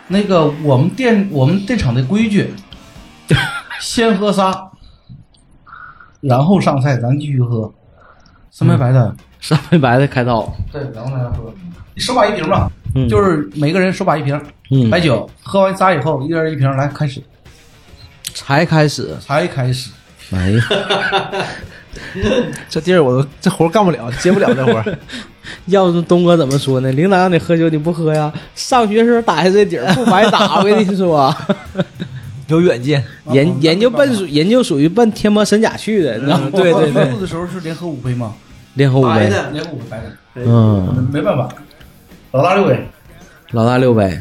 Speaker 2: 那个我们店我们这场的规矩，先喝仨，然后上菜，咱继续喝。三杯白的，
Speaker 1: 三杯白的开刀，
Speaker 2: 对，然后再喝。手把一瓶吧，
Speaker 1: 嗯
Speaker 2: 就是每个人手把一瓶
Speaker 1: 嗯
Speaker 2: 白酒，喝完仨以后，一人一瓶，来开始，
Speaker 1: 才开始，
Speaker 2: 才开始。
Speaker 1: 哎呀，
Speaker 4: 这地儿我都这活儿干不了，接不了这活儿。
Speaker 5: 要是东哥怎么说呢？领导让你喝酒，你不喝呀？上学时候打下这底儿不白打，我跟你说，
Speaker 4: 有远见，
Speaker 5: 研研究奔属研究属于奔天魔神甲去的，你知道
Speaker 2: 嗯
Speaker 5: 吗？
Speaker 4: 对对对
Speaker 2: 喝的时候是连喝五杯吗？
Speaker 1: 连喝五
Speaker 2: 白
Speaker 1: 杯，
Speaker 2: 的，连喝五杯白的，
Speaker 1: 嗯，
Speaker 2: 没办法，老大六杯。
Speaker 1: 老大六杯，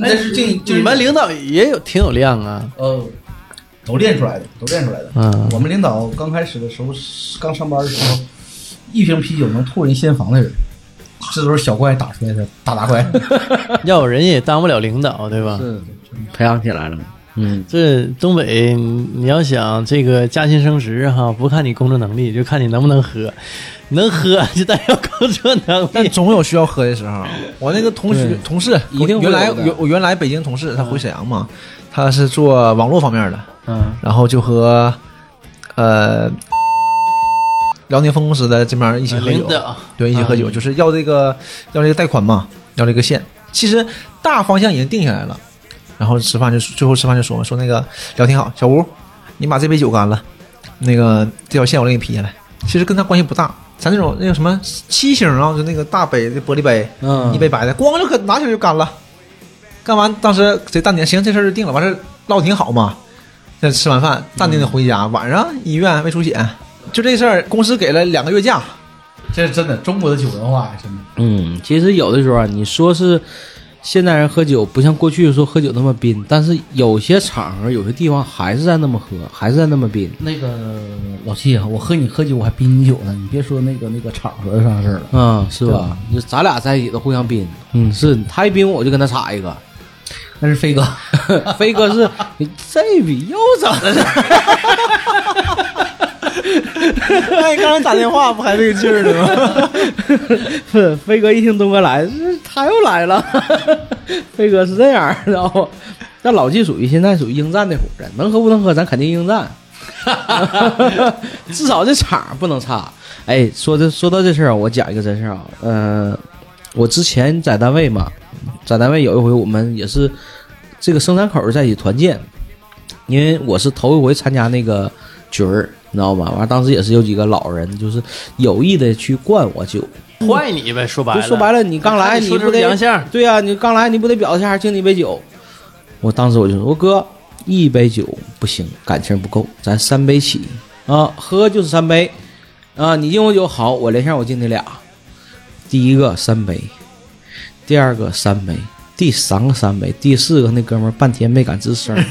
Speaker 2: 那是进
Speaker 3: 你们领导也有挺有量啊，
Speaker 2: 呃，都练出来的，都练出来的。
Speaker 3: 嗯
Speaker 2: 我们领导刚开始的时候，刚上班的时候，一瓶啤酒能吐人心房的人，这都是小怪打出来的，大大怪。
Speaker 3: 要有人也当不了领导，对吧？
Speaker 1: 是培养起来了，嗯，
Speaker 3: 这东北，你你要想这个加薪升职哈，不看你工作能力，就看你能不能喝，能喝就代表工作能
Speaker 4: 但
Speaker 3: 力。
Speaker 4: 总有需要喝的时 候。我那个同学
Speaker 1: 对
Speaker 4: 同事，
Speaker 1: 一定
Speaker 4: 我
Speaker 1: 会有
Speaker 4: 原来
Speaker 1: 的
Speaker 4: 有我原来北京同事，他回沈阳嘛，他是做网络方面的，
Speaker 1: 嗯，
Speaker 4: 然后就和呃辽宁分公司的这边一起喝
Speaker 3: 领
Speaker 4: 酒，
Speaker 3: 导，
Speaker 1: 啊
Speaker 4: 对，一起喝酒，就是要这个要这个贷款嘛，要这个现。其实大方向已经定下来了，然后吃饭就最后吃饭就说嘛，说那个聊挺好，小吴，你把这杯酒干了，那个这条线我给你批下来。其实跟他关系不大，咱那种那个什么七星啊，就那个大杯的玻璃杯，
Speaker 1: 嗯
Speaker 4: 一杯白的，咣就可拿起来就干了。干完，当时贼淡定，行，这事儿就定了。完事儿唠挺好嘛，那吃完饭淡定的回家，晚上医院胃出血，就这事儿，公司给了两个月假，
Speaker 2: 这是真的，中国的酒文化真的。
Speaker 1: 嗯，其实有的时候啊，你说是现代人喝酒不像过去说喝酒那么宾，但是有些场合、有些地方还是在那么喝，还是在那么宾。
Speaker 2: 那个老七，啊我和你喝酒，我还逼你酒呢，你别说那个那个场合上的事儿了。
Speaker 1: 嗯，是
Speaker 2: 对
Speaker 1: 吧
Speaker 2: 吧？
Speaker 1: 就咱俩在一起都互相宾，嗯，是他一宾我就跟他插一个，
Speaker 2: 那是飞哥，
Speaker 1: 飞哥是你这笔又怎么 的？
Speaker 4: 那哎你刚才打电话不还这个劲儿呢吗？
Speaker 5: 不是飞哥一听东哥来，是他又来了。飞哥是这样，知道不？
Speaker 1: 但老纪属于现在属于应战那伙人，能喝不能喝，咱肯定应战。 至少这场不能差。哎，说这说到这事儿啊，我讲一个真事儿啊。呃，我之前在单位嘛，在单位有一回我们也是这个生产口儿在一起团建，因为我是头一回参加那个局儿，你知道吗？完了当时也是有几个老人，就是有意的去灌我酒，
Speaker 3: 坏你呗，说白
Speaker 1: 就
Speaker 3: 了，
Speaker 1: 说白了，你刚来
Speaker 3: 看说
Speaker 1: 不
Speaker 3: 出
Speaker 1: 得
Speaker 3: 洋相，
Speaker 1: 对呀、你刚来你不得表示一下，敬你一杯酒。我当时我就说，我哥一杯酒不行，感情不够，咱三杯起啊，喝就是三杯啊，你敬我酒好，我连线我敬你俩，第一个三杯，第二个三杯，第三个三杯，第四个那哥们儿半天没敢吱 声儿，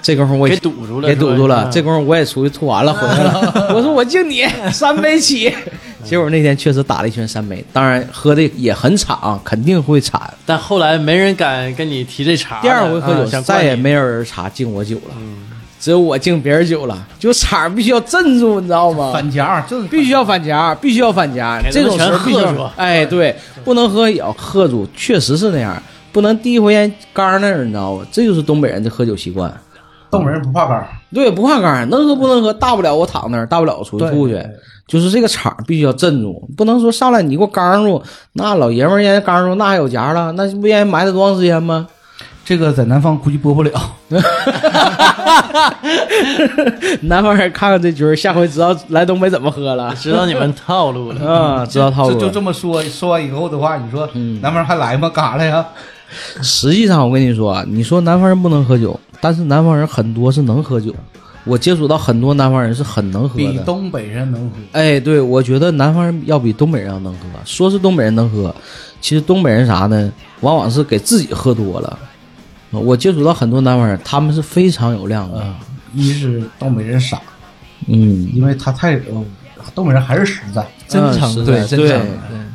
Speaker 1: 这功夫我
Speaker 3: 给
Speaker 1: 也
Speaker 3: 堵住了，
Speaker 1: 给堵住了，这
Speaker 3: 是吧嗯
Speaker 1: 功夫我也出去吐完了回来了。 我说我敬 你三杯起，结果那天确实打了一圈三杯，当然喝的也很惨，肯定会惨。
Speaker 3: 但后来没人敢跟你提这茬了。
Speaker 1: 第二回喝
Speaker 3: 啊
Speaker 1: 酒
Speaker 3: 想
Speaker 1: 再也
Speaker 3: 灌你
Speaker 1: 没有人查敬我酒了，
Speaker 3: 嗯
Speaker 1: 只有我敬别人酒了，就场儿必须要镇住，你知道吗？
Speaker 2: 反夹就是
Speaker 1: 必须要反夹，必须要反夹，
Speaker 3: 给他
Speaker 1: 这
Speaker 3: 们
Speaker 1: 种时候必须
Speaker 3: 全喝住
Speaker 1: 要。哎，对，不能喝也要喝住，确实是那样，不能第一回烟干那儿，你知道吗？这就是东北人的喝酒习惯。
Speaker 2: 东北人不怕杆儿，
Speaker 1: 对，不怕杆儿，能喝不能喝，大不了我躺那儿，大不了我出去吐去，就是这个场儿必须要镇住，不能说上来你给我刚儿住，那老爷们儿烟刚儿住，那还有夹了，那不烟埋汰多长时间吗？
Speaker 2: 这个在南方估计播不了。
Speaker 5: 南方人看看这局儿，下回知道来东北怎么喝了
Speaker 3: 知道你们套 路了。
Speaker 5: 啊！
Speaker 1: 知道套
Speaker 2: 就
Speaker 1: 路
Speaker 2: 就
Speaker 1: 了。
Speaker 2: 这么说，说完以后的话，你说南方还来吗？干啥了呀？
Speaker 1: 实际上，我跟你说啊，你说南方人不能喝酒，但是南方人很多是能喝酒，我接触到很多南方人是很能喝
Speaker 2: 比
Speaker 1: 的。
Speaker 2: 东北人能喝。
Speaker 1: 哎，对，我觉得南方人要比东北人要能喝。说是东北人能喝，其实东北人啥呢？往往是给自己喝多了。我接触到很多南方人，他们是非常有量的。
Speaker 2: 呃一是东北人傻，
Speaker 1: 嗯，
Speaker 2: 因为他太呃东北人还是实在，
Speaker 1: 真诚
Speaker 4: 对，真
Speaker 1: 对
Speaker 4: 诚，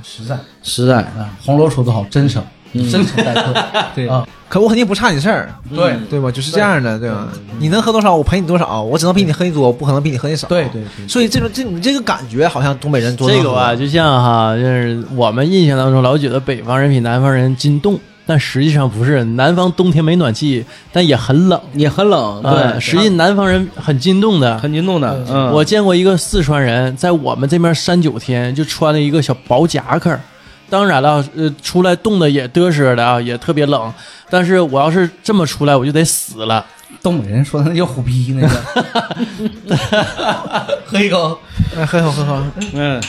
Speaker 2: 实在。呃
Speaker 1: 实在
Speaker 2: 啊，红楼说的好，真诚。
Speaker 1: 嗯
Speaker 2: 真诚待客。
Speaker 4: 对
Speaker 2: 啊
Speaker 4: 可我肯定不差你事儿，
Speaker 2: 对
Speaker 4: 对吧？就是这样的，对吧？你能喝多少，我赔你多少，我只能比你喝的多，我不可能比你喝的少。
Speaker 2: 对对对
Speaker 4: 所以这种这种这个感觉，好像东北人多
Speaker 3: 这个啊
Speaker 4: 吧
Speaker 3: 吧，，就像哈，就是我们印象当中老觉得北方人比南方人经冻，但实际上不是，南方冬天没暖气，但也很冷。
Speaker 1: 也很冷，
Speaker 3: 呃
Speaker 1: 对，
Speaker 3: 实际南方人很经冻的。
Speaker 1: 啊很激动的。嗯，
Speaker 3: 我见过一个四川人，在我们这边三九天就穿了一个小薄夹克儿。当然了，呃，出来冻的也嘚瑟的啊，也特别冷。但是我要是这么出来，我就得死了。
Speaker 2: 东北人说的那叫虎皮那个， 喝一口，
Speaker 4: 哎，喝口喝口，
Speaker 1: 嗯，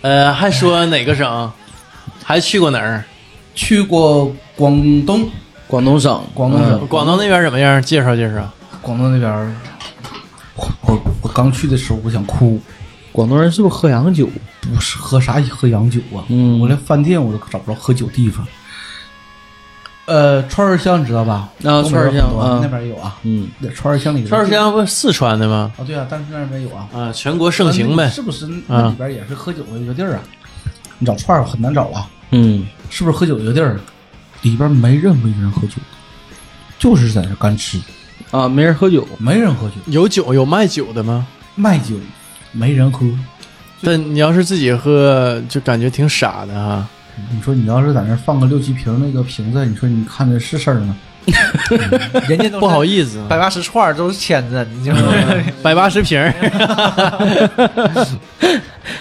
Speaker 3: 呃，还说哪个省，还去过哪儿？
Speaker 2: 去过广东，
Speaker 1: 广东省，
Speaker 2: 广东
Speaker 1: 嗯
Speaker 2: 省，
Speaker 3: 广东那边怎么样？介绍介绍。
Speaker 2: 广东那边儿，我我我刚去的时候，我想哭，
Speaker 1: 广东人是不是喝洋酒？
Speaker 2: 不是喝啥喝洋酒啊，
Speaker 1: 嗯
Speaker 2: 我连饭店我都找不着喝酒地方。呃，串儿香你知道吧？
Speaker 1: 啊
Speaker 2: 东北人
Speaker 1: 串儿香
Speaker 2: 很多
Speaker 1: 啊
Speaker 2: 那边也有啊。
Speaker 1: 嗯，
Speaker 2: 那串儿香里
Speaker 3: 串儿香不是四川的吗？
Speaker 2: 啊，对啊，但是那边也有啊。
Speaker 3: 啊，全国盛行呗。
Speaker 2: 是不是？那里边也是喝酒的一个地儿啊。你找串儿很难找啊，
Speaker 1: 嗯，
Speaker 2: 是不是喝酒的一个地儿？里边没任何一个人喝酒，就是在那干吃，
Speaker 1: 啊，没人喝酒，
Speaker 2: 没人喝酒，
Speaker 3: 有酒有卖酒的吗？
Speaker 2: 卖酒没人喝。
Speaker 3: 但你要是自己喝，就感觉挺傻的哈。
Speaker 2: 你说你要是在那儿放个六七瓶那个瓶子，你说你看着是事儿吗？
Speaker 4: 人家都
Speaker 3: 不好意思，
Speaker 4: 百八十串儿都是签子，你就
Speaker 3: 百八十瓶儿。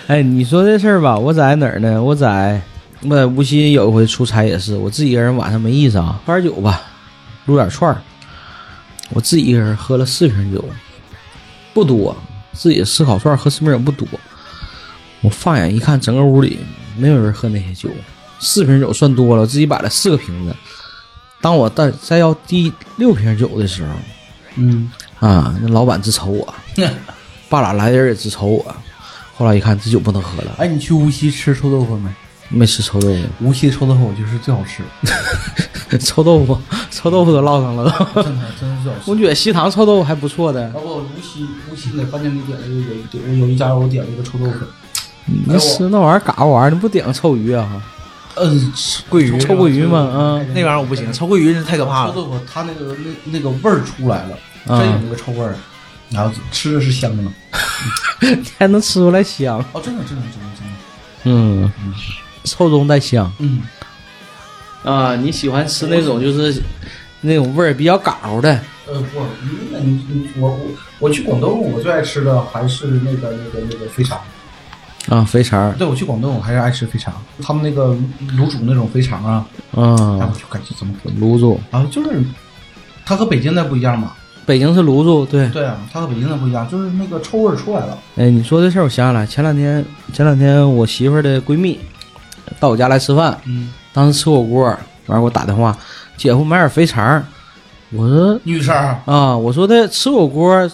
Speaker 5: 哎，你说这事儿吧，我在哪儿呢？我在
Speaker 1: 我在无锡有一回出差也是，我自己一个人晚上没意思啊，喝点酒吧，撸点串儿。我自己一个人喝了四瓶酒，不多，自己吃烤串儿喝四瓶酒不多。我放眼一看，整个屋里没有人喝那些酒，四瓶酒算多了，我自己摆了四个瓶子。当我再再要第六瓶酒的时候，
Speaker 2: 嗯，
Speaker 1: 啊，那老板直瞅我，半拉来人也直瞅我。后来一看，这酒不能喝了，
Speaker 2: 哎，你去无锡吃臭豆腐没？
Speaker 1: 没吃臭豆腐，
Speaker 2: 无锡的臭豆腐我觉得是最好吃，
Speaker 1: 臭豆腐， 臭豆腐都烙上了。
Speaker 2: 真的真的是最好吃。
Speaker 1: 我觉得西塘臭豆腐还不错的，
Speaker 2: 包括无锡，无锡那饭店里点的有有有一家我点了一个臭豆腐，
Speaker 1: 你吃那玩意儿嘎巴玩意儿，你不点个臭鱼啊？
Speaker 2: 嗯，
Speaker 4: 桂鱼
Speaker 1: 臭鳜鱼嘛，啊
Speaker 4: 那玩意儿我不行，臭鳜鱼真太可怕
Speaker 2: 臭
Speaker 4: 了。
Speaker 2: 豆腐哎它那个那那个味儿出来了，真有
Speaker 1: 啊，
Speaker 2: 那个臭味儿，然后吃着是香的呢。
Speaker 1: 还能吃出来香，
Speaker 2: 哦，真的真的真的真的，
Speaker 1: 嗯，臭中带香
Speaker 2: 嗯，
Speaker 1: 啊。你喜欢吃那种就是那种味儿比较嘎乎的，
Speaker 2: 呃，不，那你你我我我去广东，我最爱吃的还是那个那个那个肥肠。
Speaker 1: 啊，肥肠儿，
Speaker 2: 对，我去广东，我还是爱吃肥肠，他们那个卤煮那种肥肠啊，哎，我
Speaker 1: 啊，
Speaker 2: 就感觉怎么说
Speaker 1: 卤煮，
Speaker 2: 啊，就是它和北京的不一样嘛。
Speaker 1: 北京是卤煮，对。
Speaker 2: 对啊，它和北京的不一样，就是那个臭味儿出来了。
Speaker 1: 哎，你说这事儿，我想起来，前两天前两天我媳妇儿的闺蜜到我家来吃饭，
Speaker 2: 嗯，
Speaker 1: 当时吃火锅，完给我打电话，姐夫买点肥肠儿，我说
Speaker 2: 女生啊，
Speaker 1: 啊，我说的吃火锅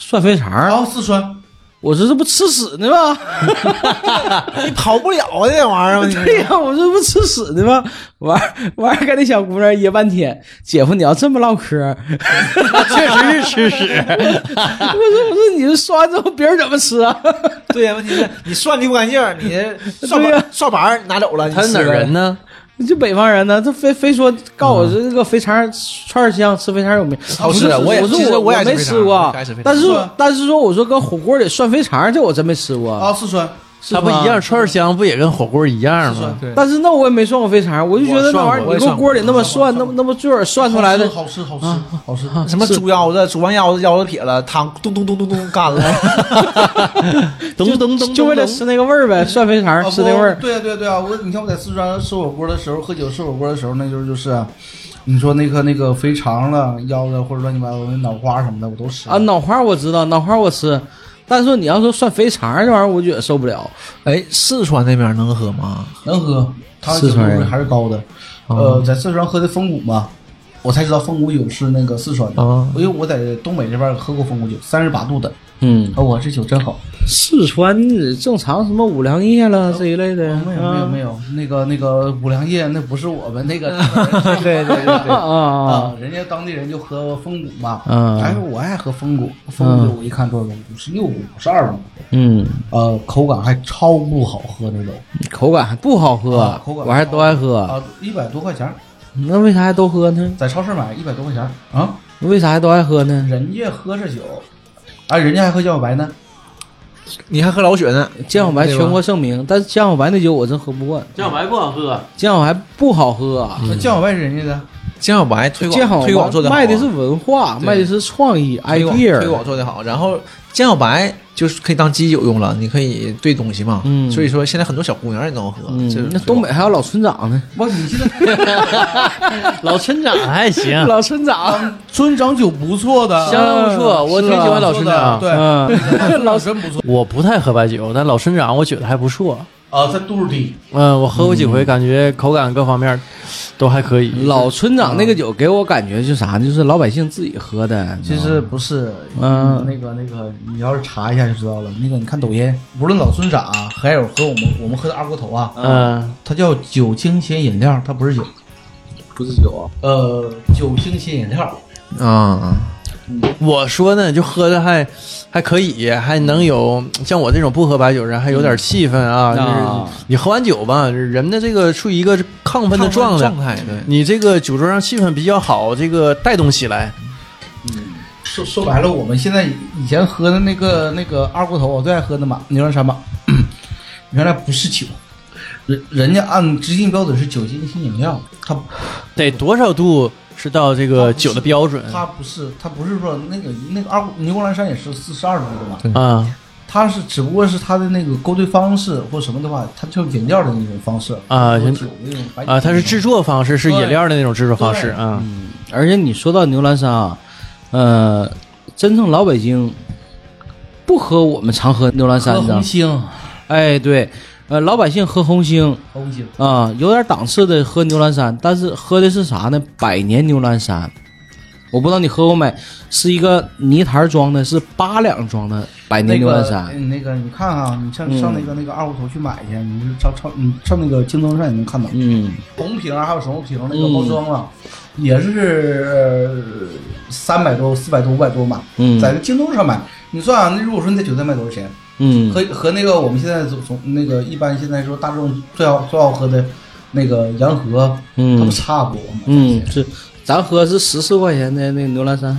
Speaker 1: 涮肥肠儿
Speaker 2: 然，后四川，
Speaker 1: 我说这不吃屎呢吗？
Speaker 4: 你跑不了啊，这玩意儿，你
Speaker 1: 对呀、我说不吃屎呢吗？完完跟那小姑娘噎半天，姐夫你要这么唠嗑儿，
Speaker 3: 确实是吃屎。
Speaker 1: 我说我说你这涮完之后别人怎么吃啊？
Speaker 4: 对呀，问题是你涮的不干净儿，你涮
Speaker 1: 对呀
Speaker 4: 板涮板儿拿走了，你
Speaker 3: 他是哪
Speaker 4: 吃
Speaker 3: 儿
Speaker 4: 呗
Speaker 3: 人？呢？
Speaker 1: 这北方人呢，他非非说告我这
Speaker 4: 嗯
Speaker 1: 个肥肠儿串儿香，吃肥肠儿有名。
Speaker 4: 好吃
Speaker 1: 我
Speaker 4: 哦啊我也
Speaker 1: 说
Speaker 4: 其实
Speaker 1: 我
Speaker 4: 我也
Speaker 1: 没
Speaker 4: 吃肥肠
Speaker 1: 吃过
Speaker 4: 我也吃肥，肠
Speaker 1: 但是
Speaker 2: 是
Speaker 1: 说
Speaker 2: 吧
Speaker 1: 但是说我说搁火锅里涮肥肠儿，这我真没吃过。
Speaker 4: 哦
Speaker 2: 啊，四川，
Speaker 1: 是
Speaker 3: 他不
Speaker 1: 吗
Speaker 3: 一样，串儿香不也跟火锅一样
Speaker 2: 是
Speaker 3: 吗
Speaker 2: 吧？
Speaker 4: 对
Speaker 1: 但是那我也没涮过肥肠，我就觉得那玩意儿，你
Speaker 3: 我
Speaker 4: 也
Speaker 1: 搁
Speaker 4: 涮过哦
Speaker 1: 锅里那么涮，那
Speaker 2: 我
Speaker 1: 么
Speaker 2: 也涮过
Speaker 1: 那么劲儿涮出来的，
Speaker 2: 好吃，好吃，
Speaker 1: 啊
Speaker 2: 好吃，好吃。
Speaker 4: 什么猪腰子，煮完腰子，腰子撇了，汤咚咚咚咚咚干了。
Speaker 3: 咚咚咚咚，
Speaker 1: 就为了吃那个味儿呗，涮肥肠
Speaker 2: 啊
Speaker 1: 吃那味儿
Speaker 2: 不。对啊，对啊，对啊！我你看我在四川吃火锅的时候，喝酒吃火锅的时候，那时候就是，啊你说那个那个肥肠了、腰子或者乱七八糟的脑花什么的，我都吃
Speaker 1: 啊，脑花我知道，脑花我吃，但是说你要说涮肥肠这玩意儿，我觉得受不了。
Speaker 4: 哎，四川那边能喝吗？
Speaker 2: 能喝，它
Speaker 1: 四川人哦
Speaker 2: 酒精度还是高的。呃，在四川喝的风骨嘛，我才知道风骨酒是那个四川的，
Speaker 4: 啊
Speaker 1: 哦
Speaker 2: 因为我在东北这边喝过风骨酒，三十八度的，
Speaker 1: 嗯，
Speaker 2: 啊，我这酒真好。
Speaker 5: 四川正常什么五粮液
Speaker 4: 啊
Speaker 5: 了这一类的，
Speaker 4: 哦
Speaker 2: 没有没有没
Speaker 5: 有
Speaker 3: 嗯
Speaker 2: 有，那个那个五粮液那不是我们 那个
Speaker 4: 对对对对，
Speaker 5: 啊
Speaker 2: 啊，
Speaker 3: 嗯
Speaker 2: 人家当地人就喝风谷嘛。
Speaker 1: 啊
Speaker 2: 但是我爱喝风谷，风
Speaker 3: 嗯
Speaker 2: 谷我一看多少度，五十六度、五十二度，
Speaker 1: 嗯，
Speaker 2: 呃，口感还超不好喝那种。
Speaker 1: 口感还不好喝，
Speaker 2: 啊口感
Speaker 1: 我还都爱喝，
Speaker 2: 啊，一百多块钱儿，
Speaker 1: 那为啥还都喝呢？
Speaker 2: 在超市买一百多块钱儿啊，
Speaker 1: 为啥还都爱喝呢？
Speaker 2: 人家喝这酒，啊，人家还喝酱小白呢。
Speaker 4: 你还喝老雪呢？
Speaker 1: 酱小白
Speaker 4: 对吧
Speaker 1: 全国盛名，但是酱小白那酒我真喝不惯，
Speaker 3: 酱白不好喝，
Speaker 1: 酱小白不好喝。
Speaker 2: 那
Speaker 3: 嗯
Speaker 2: 酱小白是人家的，
Speaker 4: 江小白推
Speaker 1: 酱
Speaker 4: 嗯广推
Speaker 1: 小
Speaker 4: 广做
Speaker 1: 白
Speaker 4: 啊的
Speaker 1: 卖的是文化，
Speaker 4: 对
Speaker 1: 卖的是创意
Speaker 4: 推广推
Speaker 1: idea。
Speaker 4: 广做的好，然后江小白就是可以当基酒用了，你可以兑东西嘛。
Speaker 1: 嗯
Speaker 4: 所以说现在很多小姑娘也能喝。这
Speaker 1: 嗯，那东北还有老村长呢，，
Speaker 2: 我你记得
Speaker 3: 老村长还行
Speaker 1: 老村长
Speaker 2: 村长酒不错的，嗯
Speaker 3: 相当不错，我挺喜欢老村长。
Speaker 2: 对，
Speaker 3: 嗯
Speaker 2: 老真不错
Speaker 3: 我不太喝白酒，但老村长我觉得还不错。
Speaker 2: 啊，他度数低，
Speaker 3: 嗯，我喝过几回，感觉口感各方面都还可以。
Speaker 1: 老村长那个酒给我感觉是啥呢？就是老百姓自己喝的。
Speaker 2: 其实不是，
Speaker 1: 嗯
Speaker 2: 那个那个，你要是查一下就知道了。那个你看抖音，无论老村长啊、还有和我们我们喝的二锅头啊，
Speaker 3: 嗯，
Speaker 2: 它叫酒精型饮料，它不是酒，
Speaker 1: 不是酒啊，
Speaker 2: 呃，酒精型饮料，
Speaker 4: 啊啊，
Speaker 3: 我说呢，就喝的还还可以，还能有像我这种不喝白酒人，还有点气氛啊。
Speaker 1: 啊
Speaker 3: 就是你喝完酒吧，人的这个处于一个亢奋的状态
Speaker 4: 状，态对。
Speaker 1: 嗯
Speaker 3: 你这个酒桌上气氛比较好，这个带动起来。
Speaker 2: 说说白了，我们现在以前喝的那个那个二锅头，我最爱喝的嘛，牛栏山嘛， 原来不是酒，人人家按直径标准是酒精型饮料，它
Speaker 3: 得多少度是到这个酒的标准
Speaker 2: 它不是它不是说那个那个二锅牛栏山也是四十二度的嘛，
Speaker 3: 啊
Speaker 2: 它是只不过是它的那个勾兑方式或什么的话，它叫饮料的那种方式
Speaker 3: 啊
Speaker 2: 喝酒那种白酒
Speaker 3: 啊！它是制作方式是饮料的那种制作方式
Speaker 2: 对
Speaker 3: 啊，
Speaker 1: 而且你说到牛栏山啊，呃，真正老北京不喝我们常喝牛栏
Speaker 2: 喝
Speaker 1: 山的
Speaker 2: 红，星，
Speaker 1: 哎，对，呃，老百姓喝红星
Speaker 2: 喝红星
Speaker 1: 啊、有点档次的喝牛栏山，但是喝的是啥呢？百年牛栏山，我不知道你喝过没，是一个泥坛装的，是八两装的百年
Speaker 2: 那
Speaker 1: 牛
Speaker 2: 个
Speaker 1: 栏山。
Speaker 2: 嗯那个你看啊，你上
Speaker 1: 嗯
Speaker 2: 上那个那个二锅头去买去，你是上上你上那个京东上也能看到，
Speaker 1: 嗯，
Speaker 2: 红瓶儿还有什么瓶儿那个
Speaker 1: 嗯
Speaker 2: 包装啊，
Speaker 3: 嗯
Speaker 2: 也是呃三百多、四百多、五百多买，
Speaker 1: 嗯
Speaker 2: 在京东上买。你算啊，那如果说你在酒店买多少钱？
Speaker 1: 嗯，
Speaker 2: 和和那个我们现在总从那个一般现在说大众最好最好喝的那个洋河，它
Speaker 1: 嗯
Speaker 2: 不差不多吗？
Speaker 1: 嗯，是，咱喝是十四块钱的那牛栏山，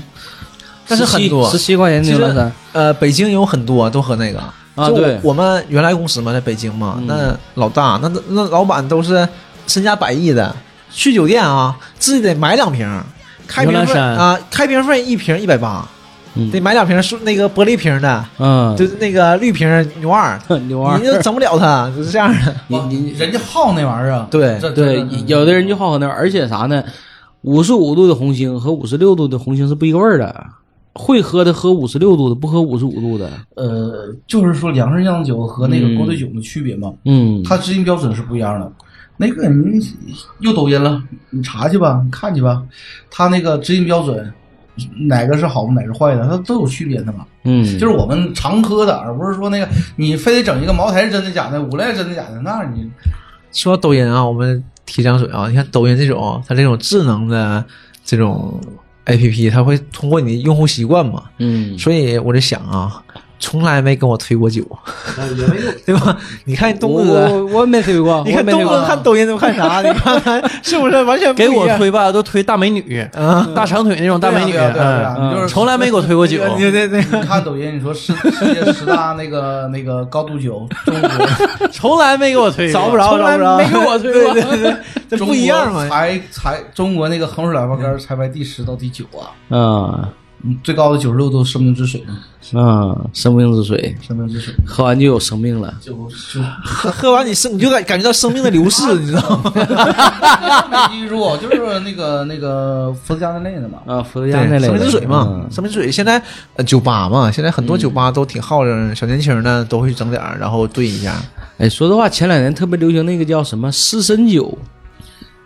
Speaker 4: 但是很多啊
Speaker 1: 十七块钱的牛栏山
Speaker 4: 呃，北京有很多都喝那个
Speaker 1: 啊
Speaker 4: 就我
Speaker 1: 对
Speaker 4: 我们原来公司嘛，在北京嘛，
Speaker 1: 嗯
Speaker 4: 那老大那那老板都是身家百亿的，去酒店啊自己得买两瓶儿，开瓶
Speaker 3: 牛栏
Speaker 4: 费
Speaker 3: 山
Speaker 4: 啊，开瓶费一瓶一百八，
Speaker 1: 嗯
Speaker 4: 得买两瓶塑那个玻璃瓶的，
Speaker 1: 嗯，
Speaker 4: 就是那个绿瓶牛二，
Speaker 1: 牛二
Speaker 4: 你，就整不了它，就是这样的。
Speaker 1: 你
Speaker 2: 哇
Speaker 1: 你
Speaker 2: 哦人家好那玩意儿啊，
Speaker 4: 对
Speaker 2: 这
Speaker 1: 对，有的人就
Speaker 2: 好。
Speaker 1: 好喝那玩意儿，而且啥呢？五十五度的红星和五十六度的红星是不一个味儿的，会喝的喝五十六度的，不喝五十五度的。
Speaker 2: 呃，就是说粮食酿酒和
Speaker 3: 嗯
Speaker 2: 那个勾兑酒的区别嘛，
Speaker 1: 嗯，
Speaker 2: 它直饮标准是不一样的。那个你又抖音了，你查去吧，你看去吧，它那个直饮标准哪个是好的，哪个是坏的，它都有区别的嘛。
Speaker 1: 嗯，
Speaker 2: 就是我们常喝的，而不是说那个你非得整一个茅台是真的假的，五粮液真的假的，那你
Speaker 4: 说到抖音啊，我们提江水啊，你看抖音这种，它这种智能的这种 A P P，它会通过你的用户习惯嘛，
Speaker 1: 嗯，
Speaker 4: 所以我就想啊，从来没跟我推过酒，对吧？你看东
Speaker 1: 我
Speaker 4: 哥，
Speaker 1: 我我没推过，
Speaker 4: 你
Speaker 1: 我
Speaker 4: 看
Speaker 1: 没
Speaker 4: 东
Speaker 1: 推过
Speaker 4: 哥看抖音都看啥？你看看是不是完全不一
Speaker 3: 给
Speaker 4: 样
Speaker 3: 我推吧都推大美女
Speaker 4: 啊？
Speaker 3: 大长腿那种大美女，
Speaker 2: 对啊对啊对啊
Speaker 3: 嗯，
Speaker 2: 你就是
Speaker 3: 从来没给我推过 酒。
Speaker 4: 对对对，
Speaker 2: 你看抖音，你说世 世界十大那个 那个高度酒，中国
Speaker 3: 从来没给我推过，
Speaker 4: 找不着，
Speaker 3: 从
Speaker 4: 找
Speaker 3: 来
Speaker 4: 不着，
Speaker 3: 没 给我推过。
Speaker 4: 对对对，这
Speaker 2: 中
Speaker 4: 不一样啊
Speaker 2: 国
Speaker 4: 嘛。
Speaker 2: 才才中国那个衡水喇叭干才排第十到第九啊，
Speaker 1: 嗯
Speaker 2: 嗯最高的九十六度生命之水呢，
Speaker 1: 嗯，生命之水，
Speaker 2: 生命之水
Speaker 1: 喝完就有生命了。
Speaker 2: 就就
Speaker 4: 喝喝完你生，你就感感觉到生命的流逝，你知道吗？
Speaker 2: 没记住，啊 就是那个那个伏特加那类的嘛。
Speaker 1: 啊，伏特加
Speaker 4: 对，
Speaker 1: 那类的
Speaker 4: 生命之水嘛，
Speaker 1: 嗯
Speaker 4: 生命之水。现在呃酒吧嘛，现在很多酒吧都挺好的，小年轻呢都会整点儿，然后兑一下。
Speaker 1: 哎，说实话，前两年特别流行那个叫什么湿身酒，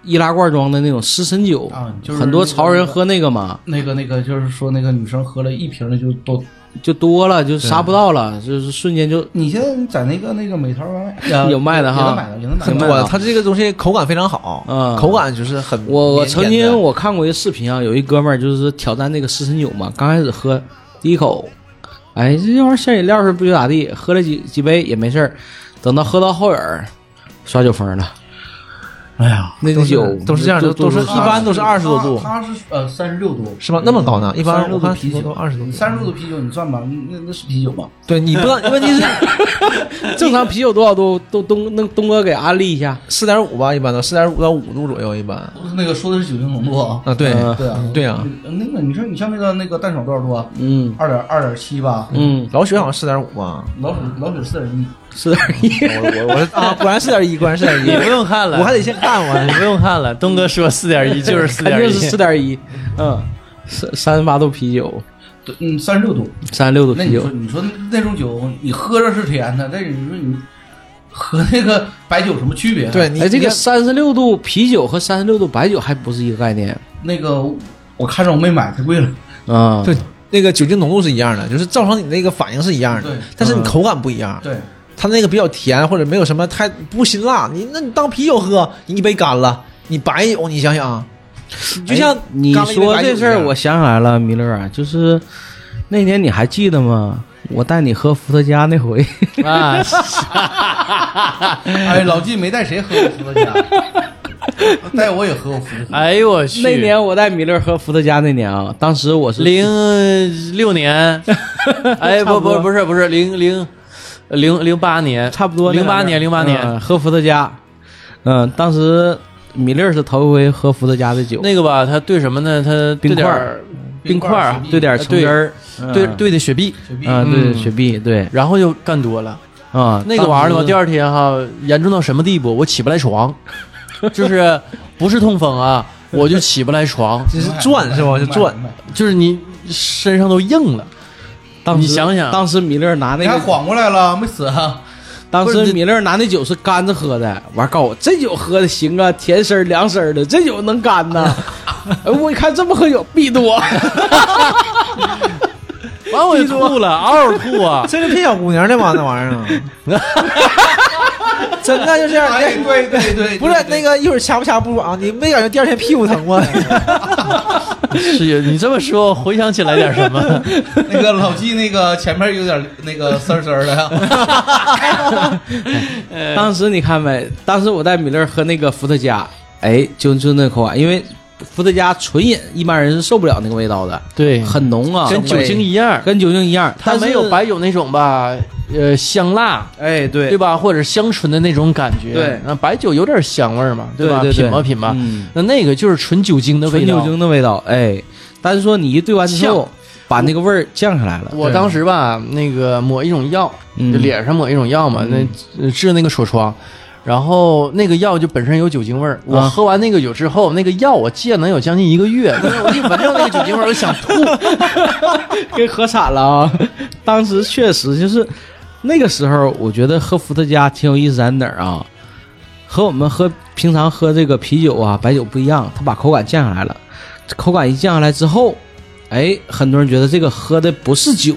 Speaker 1: 易拉罐装的那种湿身酒，
Speaker 2: 啊就是
Speaker 1: 很多潮人喝那个嘛。
Speaker 2: 那个那个就是说那个女生喝了一瓶的就都
Speaker 1: 就多了，就杀不到了，就是瞬间就
Speaker 2: 你现在在那个那个美团外卖呃
Speaker 1: 有卖的
Speaker 2: 也能
Speaker 1: 哈
Speaker 2: 买到，也能买
Speaker 1: 很卖
Speaker 2: 到
Speaker 4: 很
Speaker 1: 的
Speaker 4: 多
Speaker 1: 啊
Speaker 4: 的，它这个东西口感非常好，
Speaker 1: 嗯
Speaker 4: 口感就是很
Speaker 1: 我我
Speaker 4: 绵
Speaker 1: 曾
Speaker 4: 绵
Speaker 1: 经
Speaker 4: 的
Speaker 1: 我看过一个视频啊，有一哥们儿就是挑战那个四神酒嘛，刚开始喝第一口，哎，这玩意儿像饮料似的不觉咋地，喝了几几杯也没事儿，等到喝到后眼儿耍酒疯了，
Speaker 2: 哎呀，
Speaker 1: 那个
Speaker 4: 都是
Speaker 1: 酒
Speaker 4: 都是这样的，
Speaker 1: 都
Speaker 4: 都是一 般都是二十多度，
Speaker 2: 它它是呃三十六度
Speaker 4: 是吗？那么高呢？一般
Speaker 2: 36
Speaker 4: 我
Speaker 2: 度
Speaker 4: 看
Speaker 2: 啤酒
Speaker 4: 二十多度，
Speaker 2: 三十度啤酒你算吧，那那是啤酒吗？
Speaker 4: 对你不能，问题是
Speaker 1: 正常啤酒多少度都东那东哥给安利一下，
Speaker 4: 四点五吧，一般都四点五到五度左右一般。
Speaker 2: 那个说的是酒精浓度啊。
Speaker 4: 啊，对
Speaker 1: 嗯
Speaker 2: 对啊，
Speaker 4: 对啊，
Speaker 2: 那个你说你像那个那个淡爽多少度啊？
Speaker 1: 嗯
Speaker 2: 二点二点七吧，
Speaker 1: 嗯，
Speaker 4: 老雪好像四点五吧，
Speaker 2: 老鼠老鼠四点一，
Speaker 1: 四点一，
Speaker 4: 我我是啊，果然四点一，果然四点
Speaker 3: 你不
Speaker 4: 一，
Speaker 3: 用看了，
Speaker 4: 我还得先看
Speaker 3: 你
Speaker 4: 我。
Speaker 3: 不用看了。东哥说四点一就是四
Speaker 1: 肯
Speaker 3: 点
Speaker 1: 定是四
Speaker 3: 一，
Speaker 1: 点一，嗯，三三十八度啤酒，
Speaker 2: 对嗯，三十六度。
Speaker 1: 三十六度
Speaker 2: 那
Speaker 1: 啤
Speaker 2: 你
Speaker 1: 酒
Speaker 2: 说，，你说那种酒，你喝着是甜的，但是你说你和那个白酒有什么区别？啊
Speaker 4: 对，，你
Speaker 1: 哎，这个
Speaker 4: 你
Speaker 1: 三十六度啤酒和三十六度白酒还不是一个概念
Speaker 2: 那个我看着我没买，太贵了。
Speaker 1: 啊、
Speaker 4: 对那个酒精浓度是一样的，就是造成你那个反应是一样的
Speaker 2: 对，
Speaker 1: 嗯
Speaker 4: 但是你口感不一样。
Speaker 2: 对，
Speaker 4: 它那个比较甜，或者没有什么太不辛辣。你那你当啤酒喝，你一杯干了，你白酒，你想想，你就像
Speaker 1: 哎你
Speaker 4: 干了一杯
Speaker 1: 说
Speaker 4: 白酒
Speaker 1: 这
Speaker 4: 一
Speaker 1: 事儿，
Speaker 4: 样
Speaker 1: 我想起来了，米勒啊，就是那年你还记得吗？我带你喝伏特加那回，
Speaker 3: 啊，
Speaker 2: 哎，老纪没带谁喝过伏特加，带我也喝过伏特加。
Speaker 3: 哎呦我去，
Speaker 1: 那年我带米勒喝伏特加那年啊，当时我是
Speaker 3: 零六年，哎不不不是不是零零零零八年，
Speaker 1: 差不多
Speaker 3: 零八年零八年
Speaker 1: 嗯喝伏特加，嗯，当时米勒是头一回喝伏特加的酒，
Speaker 3: 那个吧，他兑什么呢？他
Speaker 1: 冰
Speaker 3: 兑点
Speaker 1: 块
Speaker 3: 儿
Speaker 1: 儿
Speaker 3: 冰块儿啊，
Speaker 1: 兑点橙汁儿，
Speaker 3: 兑兑的雪碧，
Speaker 2: 雪碧
Speaker 1: 啊，
Speaker 3: 嗯
Speaker 1: 对雪碧，嗯对
Speaker 3: 然后就干多了。
Speaker 1: 啊，
Speaker 3: 那个玩意儿的
Speaker 1: 当
Speaker 3: 话，
Speaker 1: 时
Speaker 3: 第二天哈严重到什么地步？我起不来床，就是不是痛风啊，我就起不来床，
Speaker 4: 就是转是 吧？就转，
Speaker 2: 明白
Speaker 3: 就是你身上都硬了。
Speaker 1: 当时
Speaker 3: 你想想
Speaker 1: 当时米勒拿那
Speaker 2: 你还
Speaker 1: 个，
Speaker 2: 缓过来了，没死啊？
Speaker 1: 当
Speaker 3: 不是
Speaker 1: 时
Speaker 3: 你
Speaker 1: 米勒拿那酒是干着喝的，完告诉我这酒喝的行啊，甜丝儿凉丝儿的，这酒能干呐。 哎我一看这么喝酒必多，
Speaker 3: 完我就吐了，嗷嗷吐啊！
Speaker 4: 这是骗小姑娘的吗？那玩意儿啊， 真的就这样。
Speaker 2: 哎，对对对，
Speaker 4: 不是那个一会儿掐不掐不啊？你没感觉第二天屁 股疼吗？
Speaker 3: 是你这么说，我回想起来点什 么？
Speaker 2: 那个老纪那个前面有点那个丝儿丝儿的呀。
Speaker 3: 哎
Speaker 1: 当时你看呗，当时我带米勒喝那个伏特加，哎，就就那口感，因为伏特加纯饮一般人是受不了那个味道的，
Speaker 3: 对，
Speaker 1: 很浓啊，
Speaker 3: 嗯跟酒精一样，
Speaker 1: 跟酒精一样，
Speaker 3: 它
Speaker 1: 但是
Speaker 3: 没有，白酒那种吧，呃，香辣，
Speaker 1: 哎，对
Speaker 3: 对吧？或者香醇的那种感觉。
Speaker 1: 对
Speaker 3: 那白酒有点香味儿嘛，
Speaker 1: 对
Speaker 3: 吧？
Speaker 1: 对对
Speaker 3: 品吧品吧，
Speaker 1: 嗯
Speaker 3: 那那个就是纯酒精的味
Speaker 1: 纯
Speaker 3: 道。
Speaker 1: 酒精的味道，哎，但是说你一兑完之后，把那个味儿降下来了，
Speaker 3: 我当时吧，那个抹一种药，
Speaker 1: 嗯
Speaker 3: 就脸上抹一种药嘛，那呃治那个痤疮，然后那个药就本身有酒精味儿。我
Speaker 1: 啊
Speaker 3: 喝完那个酒之后，那个药我戒能有将近一个月，因为我一闻到那个酒精味儿，我就想吐。
Speaker 1: 给喝惨了啊！当时确实就是那个时候，我觉得喝伏特加挺有意思在哪儿啊？和我们喝平常喝这个啤酒啊、白酒不一样，它把口感降下来了。口感一降下来之后，哎，很多人觉得这个喝的不是酒，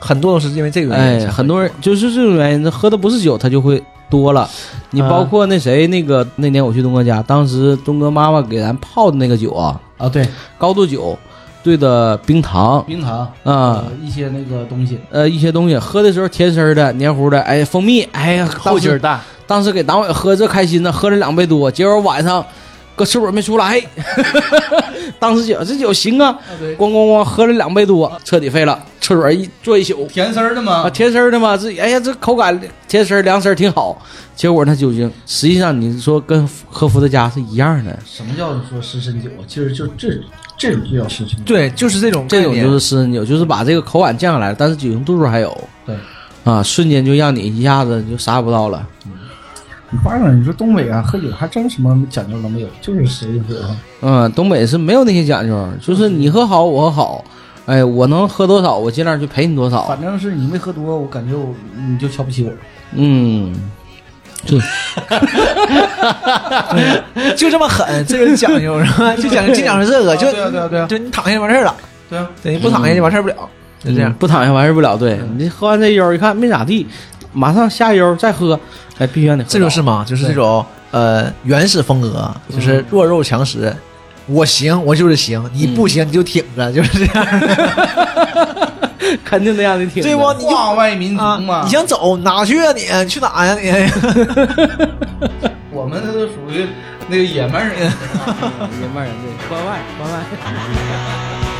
Speaker 4: 很多都是因为这个原因才
Speaker 1: 哎，
Speaker 4: 会。
Speaker 1: 很多人就是这种原因，喝的不是酒，他就会多了。你
Speaker 3: 啊
Speaker 1: 包括那谁，那个那年我去东哥家，当时东哥妈妈给咱泡的那个酒啊，
Speaker 2: 啊，对，
Speaker 1: 高度酒兑的冰糖
Speaker 2: 冰糖
Speaker 1: 啊，
Speaker 2: 一些那个东西，
Speaker 1: 呃一些东西，喝的时候甜丝儿的、黏糊的，哎，蜂蜜，哎呀，
Speaker 3: 后
Speaker 1: 当
Speaker 3: 劲儿
Speaker 1: 时
Speaker 3: 大，
Speaker 1: 当时给党委喝这开心呢，喝了两杯多，结果晚上搁吃火没出来，当时觉得这酒行啊，
Speaker 2: 对，
Speaker 1: 咣咣咣喝了两杯多，彻底废了，厕所一坐一宿。
Speaker 2: 甜丝儿的
Speaker 1: 啊，
Speaker 2: 嘛。
Speaker 1: 甜丝儿的嘛，自己哎呀，这口感甜丝儿、凉丝儿挺好。结果那酒精，实际上你说跟喝伏特加是一样的，
Speaker 2: 什么叫说失身酒？其实就这这种就叫失身酒。
Speaker 4: 对，就是这种
Speaker 1: 这种
Speaker 4: 概念
Speaker 1: 就是私人酒，就是把这个口感降下来，但是酒精度数还有
Speaker 2: 对，
Speaker 1: 啊，瞬间就让你一下子就啥也不到了。
Speaker 2: 你话说，你说东北啊，喝酒还真什么讲究都没有，就是失身酒。
Speaker 1: 嗯，东北是没有那些讲究，就是你喝好我喝好，哎，我能喝多少我尽量去陪你多少
Speaker 2: 反。正是你没喝多，我感觉我你就瞧不起我。
Speaker 1: 嗯，
Speaker 4: 就这么狠，这个讲究是吧？就讲就讲究这个，就
Speaker 2: 啊对啊对啊对啊
Speaker 4: 就你躺下就完事儿了，
Speaker 2: 对啊，
Speaker 4: 对，你不躺下就完事儿不了。就这样嗯
Speaker 1: 嗯。不躺下完事不了。对你喝完这一悠一看没咋地，马上下一悠再喝，哎，必须让你喝到。
Speaker 4: 这就是嘛，就是这种呃原始风格，就是弱肉强食。我行，我就是行；你不行，你就挺着， 就是这样，
Speaker 1: 肯定得让你挺着。
Speaker 4: 对不？你就
Speaker 2: 化外民族
Speaker 4: 啊
Speaker 2: 嘛，，
Speaker 4: 你想走哪去啊？你你去哪呀？你
Speaker 2: 我们这都属于那个野蛮人。
Speaker 1: 明白人对，关外关外。